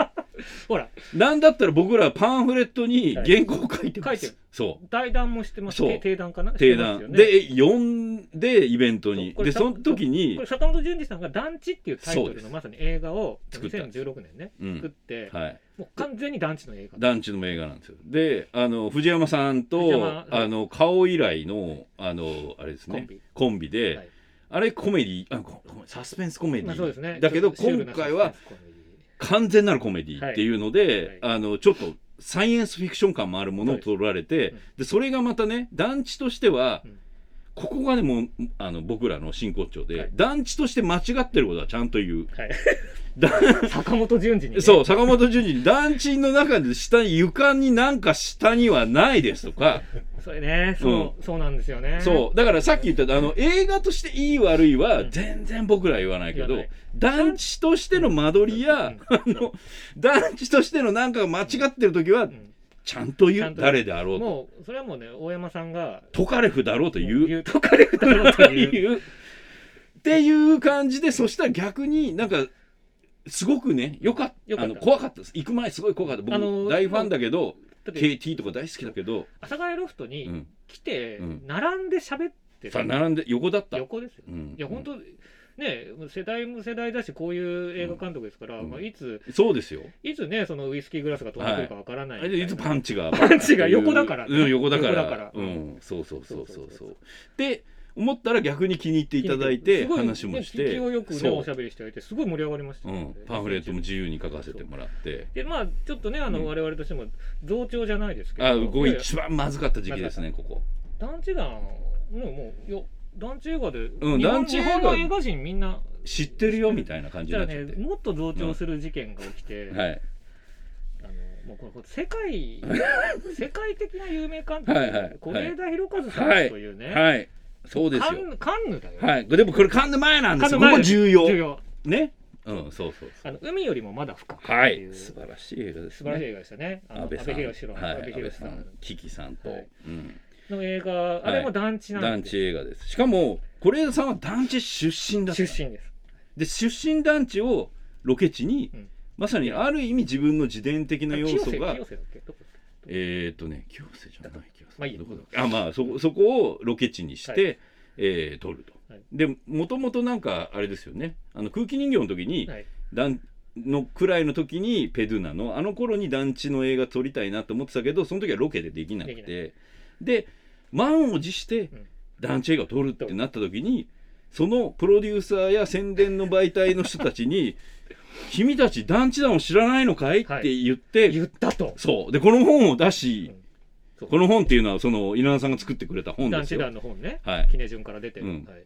S1: ほら
S2: なんだったら僕らパンフレットに
S1: はい
S2: 原稿書いてます、
S1: 書いてる
S2: そう
S1: 対談もしてます
S2: そう
S1: て定談かな
S2: 定
S1: して
S2: 談、
S1: ますよね
S2: で呼んでイベント
S1: そう
S2: に
S1: これ
S2: でその時に
S1: これ坂本淳二さんが「団地」っていうタイト
S2: そう
S1: ル
S2: で
S1: の
S2: す
S1: まさに映画を
S2: 作ったんです
S1: 2016年ね
S2: う
S1: 作っ
S2: ん
S1: て、
S2: はい
S1: もう完全に団地の映画
S2: 団地の映画なんですよであの藤山さん
S1: 藤
S2: と
S1: 山
S2: あの顔以来のあのあれです
S1: コ
S2: ね
S1: ンビ、
S2: コンビで、
S1: はい
S2: あれコメディあごごめんサスペンスコメディ、
S1: まあそうですね
S2: だけ
S1: ちょ
S2: ど
S1: っとシュール
S2: 今
S1: な
S2: 回
S1: サ
S2: は
S1: スペンスコメディ
S2: 完全なるコメディっていうので、
S1: は
S2: あのちょっとサイエンスフィクション感もあるものを取られて、
S1: うん
S2: でそれがまたね団地としては、
S1: うん
S2: ここがねもうあの僕らの真骨頂で、
S1: はい
S2: 団地として間違ってることはちゃんと言う
S1: はい、坂本淳二にね、
S2: そう、坂本淳二、団地の中で下に、床になんか下にはないですとか、
S1: それねそう、そうなんですよね
S2: そう、だからさっき言った、あの、映画としていい悪いうは
S1: ん
S2: 全然僕らは言わないけ
S1: 言
S2: ど
S1: わない、
S2: 団地としての間取りや、
S1: うん
S2: あの、団地としてのなんかが間違ってる時は
S1: う、ん
S2: ちゃんと
S1: ちゃ
S2: 言
S1: ん
S2: う。
S1: と言う
S2: 誰であろうと。
S1: もうそれはもうね大山さんが
S2: トカレフだろうと言う。
S1: うとかれるだろうと
S2: と
S1: いう
S2: いう。っていう感じで、そしたら逆になんか、すごくね、よかっ
S1: よ
S2: た。
S1: かっ
S2: あ
S1: た
S2: の、怖かったです。行く前すごい怖かった。僕
S1: あの、
S2: 大ファンだけど、
S1: だって
S2: KT とか大好きだけど、
S1: 阿佐ヶ谷ロフト
S2: う
S1: に
S2: ん、
S1: 来て、
S2: うん
S1: 並んで喋って
S2: さ
S1: た
S2: 並んで横だった。
S1: 横ですよ、
S2: うん
S1: いや本当、ね世代も世代だしこういう映画監督ですから、
S2: うん
S1: まあ、いつ
S2: そうですよ。
S1: いつねそのウイスキーグラスが飛んでくるかわからない
S2: あれいつパ
S1: ン
S2: ンチが
S1: パンチが横だからね
S2: うん横だか
S1: 横だから
S2: らうんそうそうそうそ
S1: そ
S2: う
S1: うそう
S2: そ
S1: そう
S2: うで思ったら逆に気に入っていただいて話もして
S1: 気をよくね
S2: そ
S1: お
S2: う
S1: しゃべりしてあげてすごい盛り上がりました
S2: う
S1: よね、
S2: んパンフレットも自由に書かせてもらって
S1: でまあちょっとねあの、
S2: うん
S1: 我々としても増長じゃないですけど
S2: あここ
S1: いやいや
S2: 一番まずかった時期ですねここ
S1: 団地団のもうよ団地映画で、
S2: ん
S1: 日本
S2: 団地映画
S1: 日本の映画人みんな
S2: 知ってるよみたいな感じ
S1: じ
S2: に
S1: ゃ
S2: な
S1: あ
S2: っちゃ
S1: ね
S2: って
S1: もっと増長する事件が起きて、
S2: はい
S1: あのもうこれこれ世 界世界的な有名監督
S2: はいはい
S1: 是枝裕和さん
S2: はい
S1: というね、
S2: はいそうです
S1: カ
S2: よ
S1: ンヌカンヌだよ、
S2: はいでもこれ噛んで前なんですよ
S1: カンヌ前
S2: ここ
S1: です
S2: 重要
S1: 重要
S2: ねうんそうそう
S1: あの海よりもまだ深くって
S2: はい
S1: いう
S2: 素
S1: 素
S2: 晴らしい映画です
S1: 晴らしい
S2: ね
S1: 映画でしたねあの
S2: 安倍
S1: 安
S2: さ
S1: 倍
S2: ん
S1: 博士の
S2: はい
S1: 安倍
S2: 安
S1: 博
S2: 倍
S1: 士
S2: さ
S1: さん
S2: んキキさんと
S1: はい
S2: うん
S1: の映画、あれも団地なん
S2: 団
S1: で
S2: 地映画ですしかも是枝さんは団地出身だった
S1: 出身です
S2: で出身団地をロケ地に、
S1: うん
S2: まさにある意味自分の自伝的な要素が
S1: 清瀬清瀬だっけどこ
S2: えーっとね清瀬じゃない清瀬
S1: まあいいや
S2: どこだっけあまあそこそこをロケ地にして、えー撮ると、
S1: はい
S2: でもともとなんかあれですよねあの空気人形の時に、
S1: はい
S2: 団のくらいの時にペドゥナのあの頃に団地の映画撮りたいなと思ってたけどその時はロケでできなく
S1: でき
S2: てで満を持して
S1: うん
S2: 団地映画を撮るってなった時にそのプロデューサーや宣伝の媒体の人た ちに「君たち団地団を知らないのかい?」っ
S1: はい
S2: て言って、
S1: 言ったと
S2: そうでこの本を出し、
S1: うん
S2: この本っていうのはその稲田さんが作ってくれた本で
S1: 団
S2: す
S1: 地
S2: よ
S1: 団。の本ね
S2: はい、
S1: 杵順から出てる、
S2: うん
S1: はい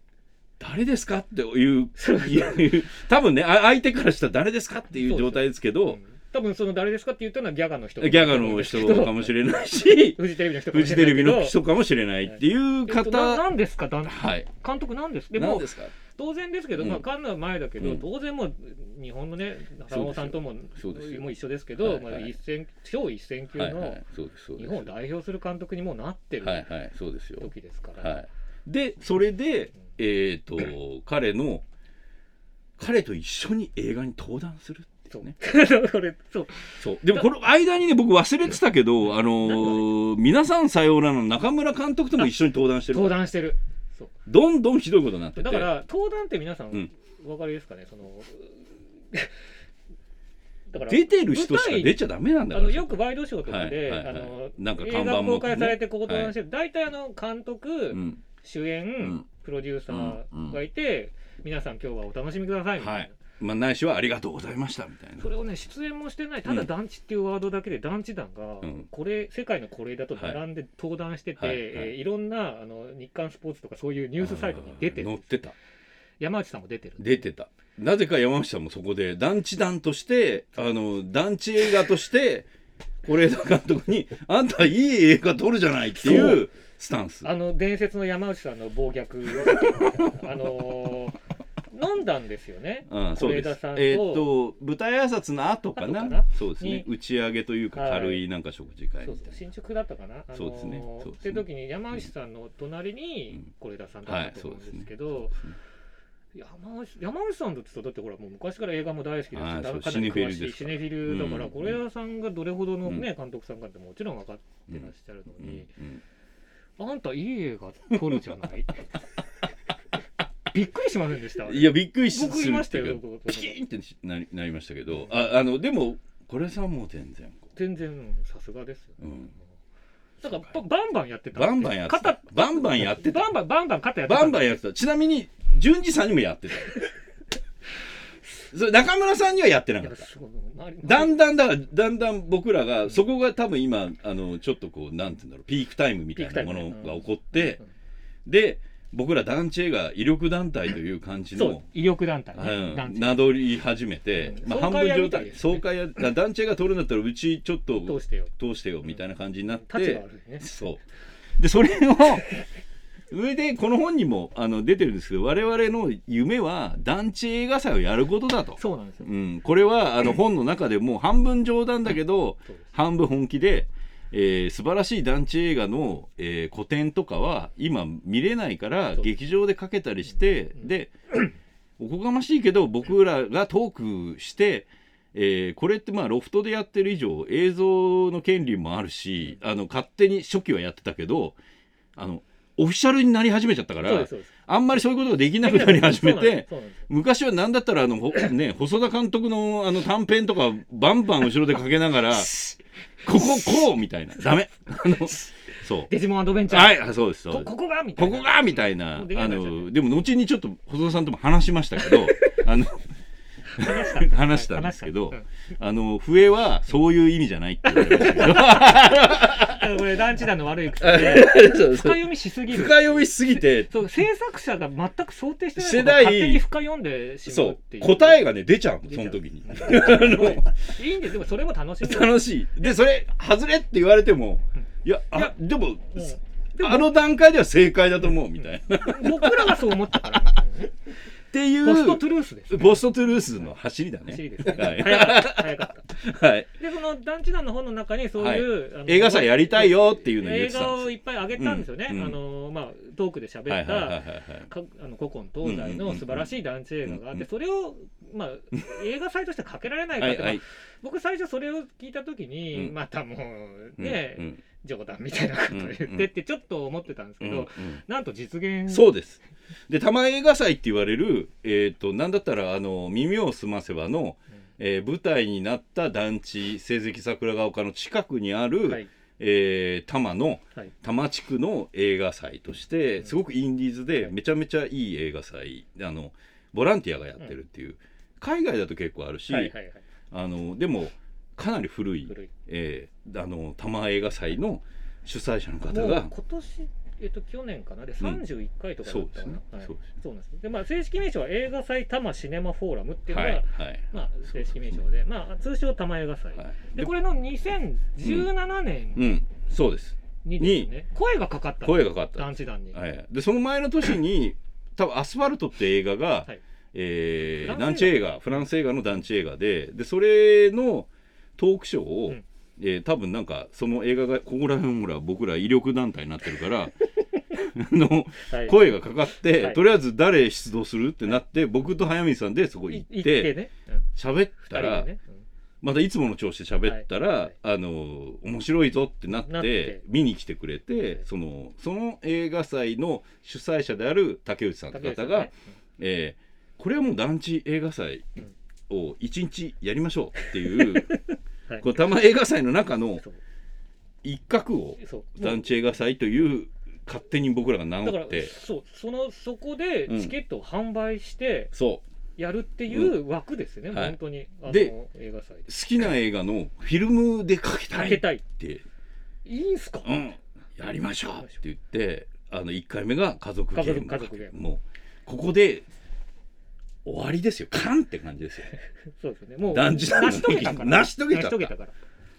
S2: 誰ですかっていう
S1: そう
S2: いう多分ねあ相手からしたら誰ですかっていう状態ですけど。
S1: うん多分その誰ですかって言ったのはギャガの人
S2: ギャガの人かもし
S1: れ
S2: れない し、
S1: フジテレビの人か
S2: フ
S1: もし
S2: ジ
S1: れな
S2: テ
S1: いけ
S2: レビ
S1: ど
S2: の人かもしれないっていう
S1: えっとな
S2: 方、
S1: なんですか団
S2: はい。
S1: 監督なんですで
S2: 何
S1: も
S2: ですか
S1: 当然ですけど、
S2: うん
S1: まあ、カンヌは前だけど、
S2: うん
S1: 当然もう日本のね中尾さんとも
S2: そうですよ
S1: もう一緒ですけど、
S2: はいはい
S1: まあ、一戦超一戦級
S2: はいは
S1: の
S2: い。そうです、そうで
S1: 日
S2: す。
S1: 本を代表する監督にもうなって
S2: はい
S1: る
S2: はい、そうですよ。
S1: 時ですから、
S2: はい。で、それで、えっ、と、彼の、彼と一緒に映画に登壇するって
S1: そ
S2: いううね。
S1: これそう
S2: そう。でも、この間にね、僕忘れてたけど、あのー皆さんさようならの中村監督とも一緒に登壇して
S1: 登
S2: る。
S1: 壇してる
S2: どんどんひどいことになってて。
S1: だから登壇って皆さん、
S2: うん
S1: お分かりですかねその だから
S2: 出てる人しか出ちゃダメなんだ
S1: あ
S2: から。
S1: のよくワイドショーとかで、
S2: はいはいはい
S1: あの
S2: なんか看
S1: 映
S2: 板
S1: 画
S2: も
S1: 公開されてここ登壇してる、大体あの監督、
S2: うん、
S1: 主演、
S2: ん
S1: プロデューサーがいて、皆さん今日はお楽しみくださいみたいな、
S2: はいまあ、ないしはありがとうございましたみたいな
S1: そ。れをね出演もしてないただ
S2: うん
S1: 団地っていうワードだけで団地団が、
S2: うん
S1: これ世界のこれだと並んで登壇してて、
S2: はいはい
S1: いえーいろんなあの日刊スポーツとかそういうニュースサイトに出て
S2: 載
S1: る
S2: ってた
S1: 山内さんも出てる
S2: 出てたなぜか山口さんもそこで団地団としてあの団地映画として是枝監督に「あんたいい映画撮るじゃない」って
S1: そ
S2: いうスタンス
S1: あの伝説の山内さんの暴虐あのー飲んだんですよね
S2: うん、そうです
S1: 是枝さん。と
S2: えーっと、舞台挨拶の後かな。
S1: 後かな
S2: そうですね。打ち上げというか、
S1: はい
S2: 軽いなんか食事会
S1: そ
S2: み
S1: うそ
S2: た
S1: う
S2: い
S1: 新宿だったかな、あのー
S2: そうですねそうですね
S1: って時に山内さんの隣
S2: う
S1: に
S2: ん
S1: 是枝さん
S2: な。は
S1: だっ
S2: い
S1: た、と
S2: そう
S1: 思うん
S2: です
S1: で
S2: ね
S1: すけど、。山内山内さんだってさだってほらもう昔から映画も大好き
S2: は
S1: だ
S2: い
S1: しだ
S2: そう
S1: かなり
S2: シネフィ
S1: 詳
S2: ル
S1: し
S2: で
S1: い
S2: す
S1: シ
S2: から
S1: ネフィルだから
S2: うん
S1: 是枝さんがどれほどの、ね
S2: う
S1: 監督さんかってもちろん分かってらっしゃる
S2: う
S1: のに
S2: ん、うん
S1: あんたいい映画撮るじゃない びっくりしませんでした
S2: いやびっくりし
S1: 僕
S2: す
S1: い
S2: る
S1: ま
S2: っ
S1: してた
S2: い
S1: よ
S2: うかピキーンってなりなりましたけ
S1: うん
S2: どああのでもこれさもう全然こ
S1: 全然さすがですよ、
S2: う、うん、
S1: だからばバンバンやってた
S2: バンバンやってた
S1: 肩
S2: バンバンやってた
S1: バンバンバンバン肩やってた
S2: バンバンやってたちなみに淳二さんにもや ってたそれ中村さんにはやってなか
S1: や
S2: っ
S1: ったぱすごい周り
S2: だんだんだからだんだん僕らがそこが多分今あのちょっとこうなんて言うんだろうピークタイムみたいなものが起こって、で僕ら団地映画威力団体という感じ
S1: そ
S2: の
S1: う威力団体、ね団
S2: うん
S1: 地
S2: 名乗り始めて、
S1: うん
S2: ま
S1: 爽
S2: あ、半
S1: 快
S2: 分
S1: 屋み
S2: 状
S1: たいで
S2: 態
S1: すね
S2: 爽快屋だ団地が取るんだったらうちちょっと
S1: どうしてよ
S2: 通してよみたいな感じになっ
S1: 立場
S2: て、
S1: 悪いね
S2: そうでそれをそれでこの本にもあの出てるんですけど我々の夢は団地映画祭をやることだと、
S1: そうなんですよ、
S2: うん、これはあの本の中でもう半分冗談だけど
S1: そうです
S2: 半分本気で、えー素晴らしい団地映画の、えー古典とかは今見れないから
S1: そう
S2: 劇場でかけたりして、
S1: うん
S2: でおこがましいけど僕らがトークして、えーこれってまあロフトでやってる以上映像の権利もあるし、あの勝手に初期はやってたけどあのオフィシャルになり始めちゃったか
S1: そうで
S2: ら
S1: すそうです
S2: あんまりそういうことができなくなり始めて。
S1: そうなんです
S2: 昔は何だったらあの、ほ ね、細田監督のあの短編とかバンバン後ろでかけな がら「こここう」みたいな「ダメ」あのそ
S1: デジモンアドベン
S2: う
S1: チャー、
S2: はいあそうですそ
S1: こ
S2: うです
S1: ここがみたい
S2: こ
S1: な
S2: こがみたいなあ
S1: もうできなくなっちゃうね
S2: のでも後にちょっと細田さんとも話しましたけ どあの
S1: 話したんです
S2: 話したんですけど
S1: はい話し
S2: あの笛はそういう意味じゃないって言われましたけど
S1: たんですこれ団地団の悪い癖で 深
S2: そうそう
S1: 読みしすぎ
S2: 深
S1: る
S2: 読みしすぎて
S1: そう制作者が全く想定してない
S2: して
S1: ことを
S2: ない
S1: 勝手に深読んでしまう
S2: そ
S1: っていうう
S2: 答
S1: え
S2: えがね出ちゃうのその時にあの
S1: いいんですでもそれも楽しみ
S2: 楽しいでそれ外れって言われてもいや
S1: いや
S2: あでも
S1: うん
S2: あの段階では正解だと思うみたいな。っ
S1: 僕らがそう思ったからみたいな ね
S2: てい
S1: ポスト
S2: う
S1: トゥルースですね
S2: ボストトゥルースの走りだ
S1: 欲
S2: ね
S1: し。いですね
S2: はい
S1: 早かった早かった
S2: はい、
S1: でその団地団の本の中にそういう、あの
S2: 映画祭やりたいよっていうのを言っ
S1: 映
S2: てた
S1: 画
S2: ん
S1: を
S2: で
S1: いっぱいあげたんですよね、
S2: うんうん
S1: あのまあ、トークで喋った、
S2: す。はいはいはいはい
S1: かあの古今東西の素晴らしい団地映画があって、
S2: うんうんうん
S1: それを、まあ、映画祭としてかけられないか
S2: は
S1: っ
S2: い
S1: て、
S2: はい。
S1: 僕最初それを聞いた時に、
S2: うん
S1: またもうね、
S2: うん
S1: 冗談みたいなこと言ってってちょっと思ってたんです
S2: う
S1: け
S2: ん
S1: ど、
S2: うん
S1: なんと実現
S2: そうです。で、多摩映画祭って言われる、えっ、と、なんだったら、あの、耳をすませばの、えー舞台になった団地、成績桜ヶ丘の近くにある、
S1: はい
S2: えー多摩の
S1: はい
S2: 多摩地区の映画祭とし
S1: う
S2: て
S1: ん
S2: すごくインディーズ
S1: は
S2: で
S1: い
S2: めちゃめちゃいい映画祭あのボランティアがやってるっていう海外だと結構あるし、
S1: はいはいはい
S2: あのでもかなり古い
S1: 古い
S2: えーあの多摩映画祭の主催者の方
S1: もう
S2: が
S1: 今年えっと去年かなで31回とかだったかな、
S2: そうですね
S1: はい
S2: そうですね
S1: そうなんですでまあ正式名称は映画祭多摩シネマフォーラムっていうの
S2: は
S1: が、
S2: いはい
S1: まあ正式名称で、まあ通称多摩映画祭、
S2: はい
S1: で
S2: で
S1: これの2017
S2: う
S1: 年
S2: んそうです
S1: にですね、声がかかった
S2: 声がかかっ
S1: 団地団に、
S2: た、はい、でその前の 年に多分「アスファルト」って映画が、
S1: はい
S2: えー
S1: フラ
S2: 団
S1: ンス
S2: 地
S1: 映
S2: 映画フランス映画の団地映画ででそれのトークショーを、
S1: うん
S2: えー多分なんかその映画がここら辺ほら僕ら威力団体になってるから あの
S1: はい
S2: 声がかかって、
S1: はい
S2: とりあえず誰出動するってなって僕と早見さんでそこ行っ
S1: い行って
S2: て
S1: ね、
S2: 喋った
S1: 二
S2: ら、
S1: 人でね
S2: またいつもの調子で喋ったら、
S1: はいはい
S2: あの面白いぞってなって
S1: なって
S2: 見に来てくれて、
S1: はい
S2: そのその映画祭の主催者である竹内さんって方が、えーこれはもう団地映画祭を一日やりましょうっていう、
S1: はい
S2: この多摩映画祭の中
S1: う
S2: の
S1: んそう
S2: 一角を
S1: そう
S2: 団地映画祭という勝手に僕らが名
S1: だか
S2: 乗
S1: ら
S2: って
S1: そうそのそこでチケットを販売して
S2: そう
S1: やるっていう枠ですね、
S2: うんはい
S1: 本当に、あの
S2: で
S1: 映画祭で
S2: 好きな映画のフィルムでかけた
S1: か
S2: い
S1: け
S2: った
S1: い
S2: て、
S1: いいんすか、
S2: うん、やりましょうって言ってあの1回目が家族ゲーム
S1: 家族家族ゲーム
S2: もうここで終わりですよカンって感じですよ
S1: そうですねもう
S2: 団地団の
S1: 成し遂げたから
S2: 成し遂げちゃった
S1: 成し遂げたから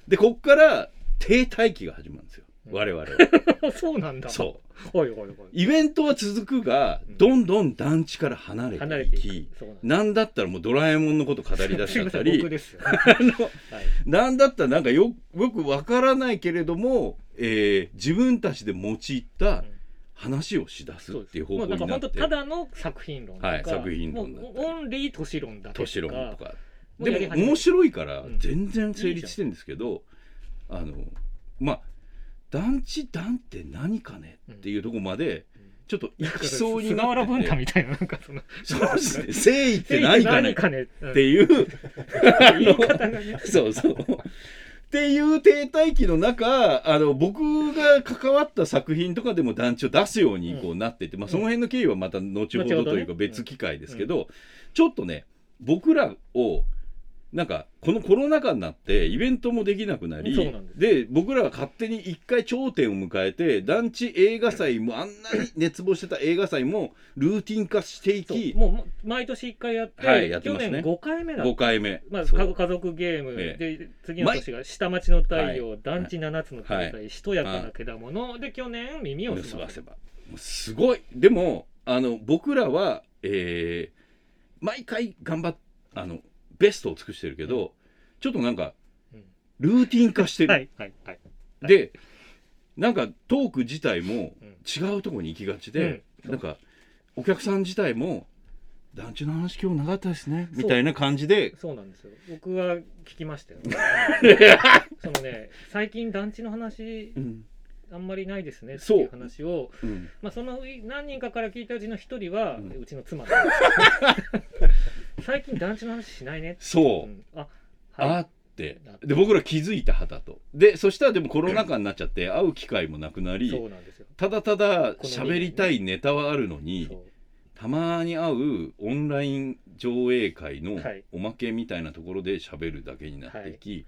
S2: でこっから停滞期が始まるんですよ我々は
S1: そうなんだ
S2: そう
S1: はいはいはい
S2: イベントは続くが
S1: うん
S2: どんどん団地から離れ
S1: 離
S2: て
S1: れ
S2: い
S1: て
S2: き
S1: いくそうなんだ
S2: なんだったらもうドラえもんのこと語り出し
S1: す
S2: ち
S1: い
S2: ゃっ
S1: ませ
S2: た
S1: ん
S2: り
S1: 僕 ですよ
S2: あの
S1: はい
S2: なんだったらなんかよよくわからないけれども、えー自分たちで用いた話をしだすっ
S1: そうです
S2: ていう方向
S1: もう
S2: に
S1: な
S2: なんっ
S1: か本
S2: て
S1: 当ただの作品論とか、
S2: はい作品論だった
S1: もう
S2: り
S1: オンリー都市論だけ
S2: 都市論とか
S1: もうやり
S2: でも
S1: 始めて
S2: 面白いから
S1: うん
S2: 全然成立してるんですけど、あのまあ団地団って何かねっていうところまで
S1: うん
S2: ちょっと行きそうにな
S1: 菅原
S2: っ
S1: 文
S2: て
S1: 太
S2: て
S1: みたいななんかその
S2: そう ですね誠意って何かね
S1: 何かねっ
S2: って
S1: い
S2: いう
S1: うん 言い方がね
S2: そうそう。っていう停滞期の中あの僕が関わった作品とかでも団地を出すようにこうなっていて、まあ、その辺の経緯はまた後
S1: 後
S2: ほ
S1: ほ
S2: ど
S1: ど
S2: と
S1: ね
S2: いうか別機会ですけど、ちょっとね僕らをなんかこのコロナ禍になってイベントもできなくなり
S1: そうなんです
S2: で僕らが勝手に一回頂点を迎えて団地映画祭もあんなに熱望してた映画祭もルーティン化してい
S1: そう
S2: き
S1: もうもう毎年1回やって,、
S2: はいやって
S1: 去
S2: ますね
S1: 年5回目だった
S2: 5回目。
S1: まあ、
S2: そう
S1: 家家族ゲーム、
S2: え
S1: で次の年が「下町の太陽」団地7つの大会」
S2: は
S1: しとやかなけだもの」で去年「耳を
S2: 目を
S1: す
S2: 澄
S1: ま
S2: ま
S1: せ
S2: せ
S1: ば
S2: ばもうすごいでもあの僕らは、えー毎回頑張っあのベストを尽くしてるけど、ちょっとなんか
S1: うん
S2: ルーティン化してる、
S1: はいはいはいはい
S2: でなんかトーク自体も
S1: うん
S2: 違うところに行きがちで、
S1: うん
S2: なんかお客さん自体も「団地の話今日なかったですね」みたいな感じで
S1: そうなんですよ僕は聞きま したよそのね最近団地の話
S2: うん
S1: あんまりないですねって
S2: そう
S1: いう話を
S2: うん
S1: まあ、その何人かから聞いたうちの一人は、
S2: う
S1: うんちの妻 なんです最近団地の話しないね
S2: そう、
S1: うんあ
S2: あ
S1: は
S2: って
S1: なって
S2: で僕ら気づいたはだとでそしたらでもコロナ禍になっちゃって会う機会もなくないり
S1: そうなんですよ
S2: ただただ喋りたいネタはあるのに、
S1: そう
S2: たまに会うオンライン上映会の
S1: はい
S2: おまけみたいなところで喋るだけになっていき、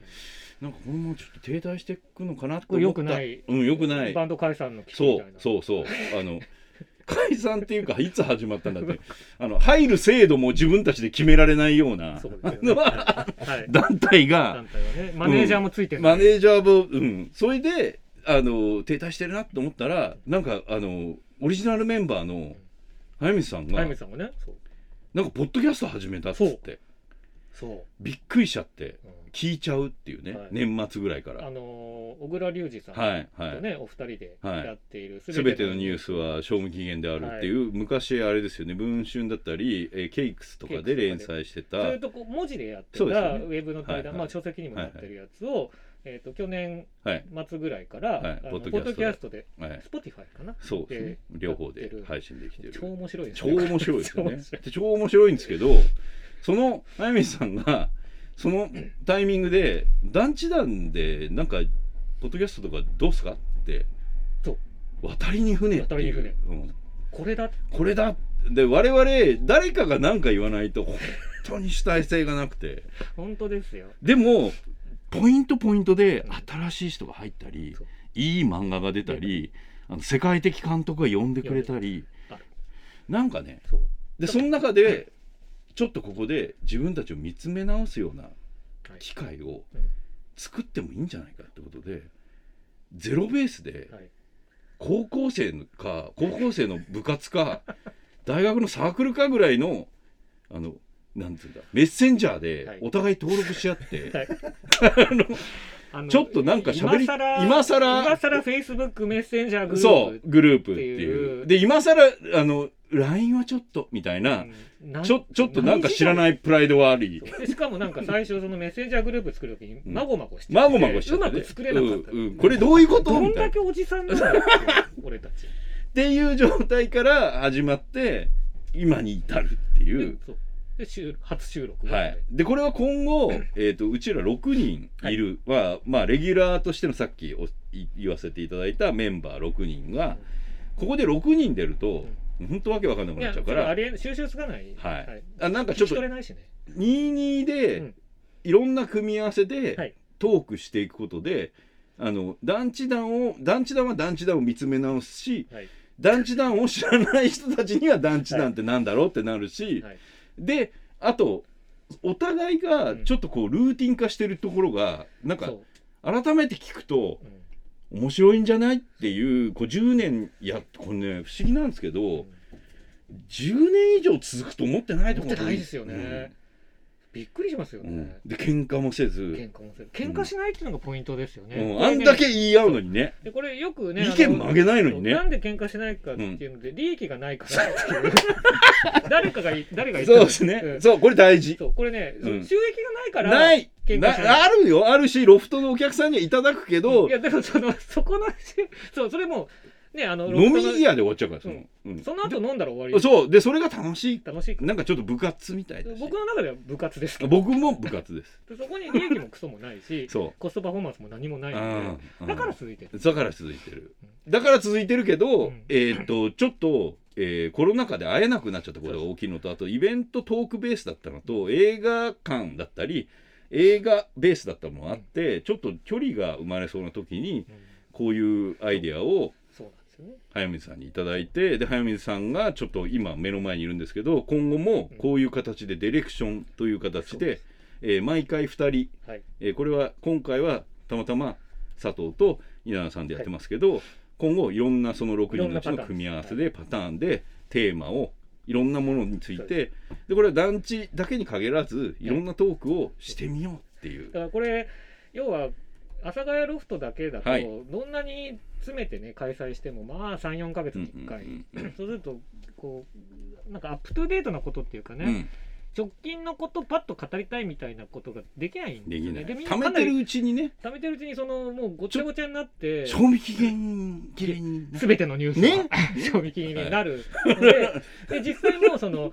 S2: なんかこのままちょっと停滞していくのかなと
S1: これ
S2: 思
S1: 良
S2: った
S1: くない
S2: うん、よくない
S1: バンド解散の危機み
S2: そ
S1: た
S2: う
S1: いな
S2: そうそうあの 解散っていうかいつ始まったんだってあの入る制度も自分たちで決められないような
S1: そうですよ
S2: あ
S1: ね。
S2: の
S1: はい。
S2: 団体が
S1: 団体はね、マネージャーもついてる、
S2: マネージャーも、うん、それであの停滞してるなと思ったらなんかあのオリジナルメンバーの早水さんが
S1: 早
S2: なん
S1: 水
S2: か
S1: さんもね、そう。
S2: ポッドキャスト始めたっつって
S1: そう。
S2: びっくりしちゃって
S1: うん
S2: 聞いちゃうっていうね、
S1: はい
S2: 年末ぐらいから
S1: あ
S2: は
S1: のー小倉隆二さんと
S2: いはい
S1: ね、お二人で
S2: はい
S1: やっている
S2: 全てのニュースは賞味期限であるっていう、昔あれですよね文春だったり、えーケイクスとかで
S1: ケイ
S2: 連
S1: クスとか
S2: 載して
S1: そ
S2: た
S1: れとこう文字でやってた
S2: そう
S1: ウ
S2: ですよね
S1: ェブの対談、
S2: はいはい
S1: まあ書籍にもなってるやつを、えっ、と去年
S2: はい、
S1: 末ぐらいから、
S2: はい
S1: あのポ
S2: ポ
S1: ッ
S2: ッ
S1: ド
S2: ド
S1: キ
S2: キ
S1: ャ
S2: ャ
S1: ス
S2: ス
S1: トで
S2: はい、
S1: Spotify かな。
S2: そうですね両方
S1: やっ
S2: で
S1: てる
S2: 配信できてる
S1: 超面白いです
S2: 超
S1: ね。
S2: 面白い ですよ
S1: 超面
S2: ね
S1: 白い。
S2: で超面白いんですけどその早水さんがそのタイミングで団地団でなんかポッドキャストとかどうすかって
S1: そう
S2: 渡りに船って
S1: 渡りに
S2: いう
S1: 船
S2: うん
S1: これだって
S2: これだで我々誰かが何か言わないと本当に主体性がなくて
S1: 本当ですよ。
S2: でもポイントポイントで
S1: うん
S2: 新しい人が入ったり
S1: そう
S2: いい漫画が出たりあの世界的監督が呼んでくれたり
S1: 呼んで
S2: なんかね
S1: そう。
S2: でその中でちょっとここで自分たちを見つめ直すような
S1: はい
S2: 機会を
S1: うん
S2: 作ってもいいんじゃないかってことでゼロベースで
S1: はい
S2: 高校生のか高校生の部活か 大学のサークルかぐらいのあのなんつうんだメッセンジャー
S1: はい
S2: でお互い登録し 合って、
S1: はいあの
S2: ちょっとなんか喋り
S1: 今更
S2: 今更
S1: 今更 Facebook メッセンジャーグループ
S2: そうグループって
S1: っ
S2: いう。
S1: て
S2: で今更あの LINE はちょっとみたいな、
S1: な
S2: ちょちょっとなんか知ら
S1: い
S2: ないプライドはあり。
S1: でしかもなんか最初そのメッセンジャーグループ作るときに
S2: うん
S1: まごまごしてて
S2: まごまごしち
S1: う
S2: ゃってね、
S1: まく作れなかった、
S2: うんうんこれどういうこと
S1: どん
S2: みたい
S1: だ
S2: な
S1: けおじさんなの俺たち
S2: っていう状態から始まって今に至るって
S1: で
S2: いう、
S1: そうで収初収録
S2: はい、でこれは今後、えー、とうちら6人いるは、まあ、レギュラーとしてのさっきおい言わせていただいたメンバー6人がここで6人出ると本当わけわかんなく
S1: い
S2: な
S1: や
S2: っちゃう
S1: そ
S2: か
S1: れあ
S2: ら
S1: りえん収集つかない
S2: はい
S1: はい、
S2: あなんかち
S1: 聞
S2: ょ
S1: き
S2: っ
S1: 取れ
S2: と
S1: ないしね
S2: 22
S1: う
S2: で
S1: ん
S2: いろんな組み合わせ
S1: は
S2: で
S1: い
S2: トークしていくことで。あの団地団を団地団は団地団を見つめ直すし、
S1: はい
S2: 団地団を知らない人たちには団地団ってなんだろうってなるし、
S1: はい
S2: であとお互いがちょっとこうルーティン化してるところが、なんか
S1: そう、
S2: 改めて聞くと
S1: うん
S2: 面白いんじゃないっていうこう10年やこれね不思議なんですけど、10年以上続くと思ってないと
S1: 思っ
S2: 思う
S1: てないですよね、びっくりしますよ
S2: う
S1: ね、
S2: んうんで喧嘩もせず、
S1: 喧嘩もする喧嘩しないっていうのがポイントですよね、
S2: うん
S1: こ
S2: あ
S1: れ
S2: ん
S1: ね
S2: だけ言い合うのにね
S1: でこれよくね
S2: 意見も上げないのにね
S1: あなんで喧嘩しないかっていうので、利益がないからっていう 誰かがい誰が言った
S2: そ
S1: の
S2: うですね、
S1: うん
S2: そうこれ大事
S1: そうこれね、そう
S2: うん
S1: 収益がないから
S2: ない
S1: 喧嘩しない
S2: なあるよあるしロフトのお客さんにはいただくけど
S1: いやでもその そこのそうそれもねあの
S2: 飲み
S1: や
S2: 屋で終わっちゃうからその、うん
S1: その後飲んだら終わり
S2: でそうでそれが楽しい
S1: 楽しいか
S2: なんかちょっと部活みたいだ
S1: ら
S2: し
S1: 僕の中では部活ですけど
S2: 僕も部活です
S1: そこに利益もクソもないし
S2: そ
S1: コストパフォーマンスも何もな
S2: う
S1: い
S2: うん
S1: の
S2: う
S1: で
S2: ん
S1: だから続いてる
S2: だから続いてるだから続いてるけど、
S1: うん
S2: えーっとちょっと、えーコロナ禍で会えなくなっちゃったことが大きいのとあとイベントトークベースだったのと映画館だったり映画ベースだったのもあって、ちょっと距離が生まれそうな時に
S1: うん
S2: こういうアイデアを
S1: そうなんですよね
S2: 早水さんにいただいてで早水さんがちょっと今目の前にいるんですけど今後もこういう形でディレクションという形
S1: そうで
S2: で、えー毎回2人
S1: はい
S2: えーこれは今回はたまたま佐藤と稲田さんでやってますけど、今後いろんなその6
S1: いろ
S2: 人のうち
S1: んなパターン
S2: の
S1: です
S2: 組み合わせでパターンでテーマをいろんなものについてでこれは団地だけに限らずいろんなトークをしてみようっていう
S1: だ。からこれ要は阿佐ヶ谷ロフトだけだと、
S2: はい
S1: どんなに詰めてね開催してもまあ34か月に1回、
S2: うん
S1: そうするとこうなんかアップトゥデートなことっていうかね、直近のことパッと語りたいみたいなことができないん
S2: で
S1: です
S2: き
S1: よね
S2: ない
S1: でみん
S2: 貯
S1: なか
S2: め
S1: な
S2: てる
S1: り
S2: うちにね
S1: 貯めてるうちにそのもうごちゃごちゃになって
S2: 賞味期限切れにな
S1: 全てのニュースが
S2: ね
S1: 賞味期限になるので,、で実際もうその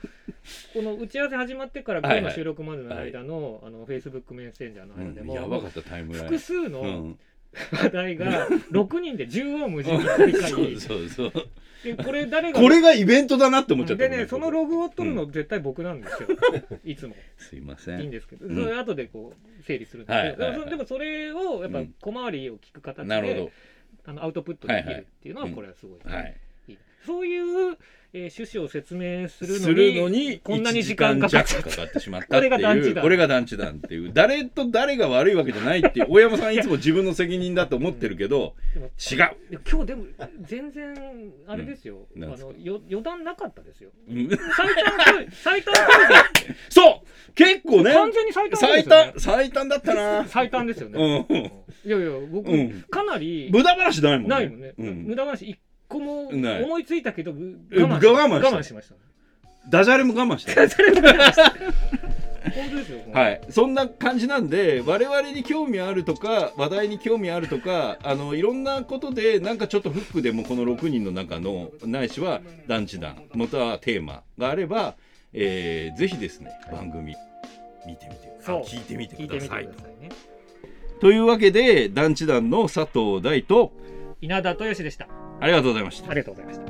S1: この打ち合わせ始まってから今日の収録までの間の、あのフェイスブックメッセンジャーの
S2: う
S1: 間で
S2: ん
S1: も,、
S2: やばかったタイムライ
S1: 複
S2: ン。
S1: 数
S2: う
S1: の
S2: ん
S1: 話題 が6人で縦横無尽に繰り返
S2: そう
S1: し
S2: そうそう
S1: でこれ誰が
S2: これがイベントだなって思っちゃった
S1: でねそのログを取るの絶対僕なんです よ、いつも。
S2: すいませ
S1: いいん
S2: ん
S1: ですけど、
S2: うん
S1: それ後でこう整理するんですけど、
S2: はいはいはい
S1: でもそれをやっぱ
S2: うん
S1: 小回りを聞く形
S2: なる
S1: で、
S2: ほ
S1: あのアウトプットできるっていうのは
S2: はいはい
S1: これはすごい,、
S2: どはい
S1: いいそういう、えー趣旨を説明するの
S2: す
S1: に
S2: るのに
S1: こんなに
S2: 1
S1: 時間かかっちゃっ
S2: 時間
S1: た
S2: 弱かかってしまった
S1: こ
S2: って
S1: れが団
S2: い
S1: 地
S2: う
S1: だ
S2: これが団地団っていう誰と誰が悪いわけじゃないっていう大山さんいつも自分の責任だと思ってるけど
S1: でも
S2: 違
S1: いや今日でも全然あれですよ、
S2: うんなん
S1: あ
S2: ですか
S1: のよ余談なかったですよ
S2: う、うん
S1: 最短距離最短距離で
S2: そう結構ね
S1: 完全に最短距離で
S2: 最
S1: すよね
S2: 短最短だったな
S1: 最短ですよ
S2: う
S1: ね、
S2: ん
S1: いやいや僕、
S2: うん
S1: かなり
S2: 無駄話ないもんね
S1: ないもんね、
S2: うん
S1: 無駄話一個も
S2: ない
S1: 思いついたけどぐ
S2: え
S1: 我慢し
S2: 我慢した
S1: 我慢しました
S2: ダジャレも我慢してる
S1: 本当ですよ。
S2: はいそんな感じなんで我々に興味あるとか話題に興味あるとかあのいろんなことでなんかちょっとフックでもこの6人の中のないしは団地団またはテーマがあれば、えーぜひですね番組見てみて
S1: そう
S2: 聞いてみて
S1: 聞い
S2: く
S1: てみて
S2: だ
S1: く
S2: さ
S1: だ
S2: い
S1: さいね。
S2: というわけで団地団の佐藤大と
S1: 稲田豊志でした。
S2: ありがとうございました。
S1: ありがとうございました。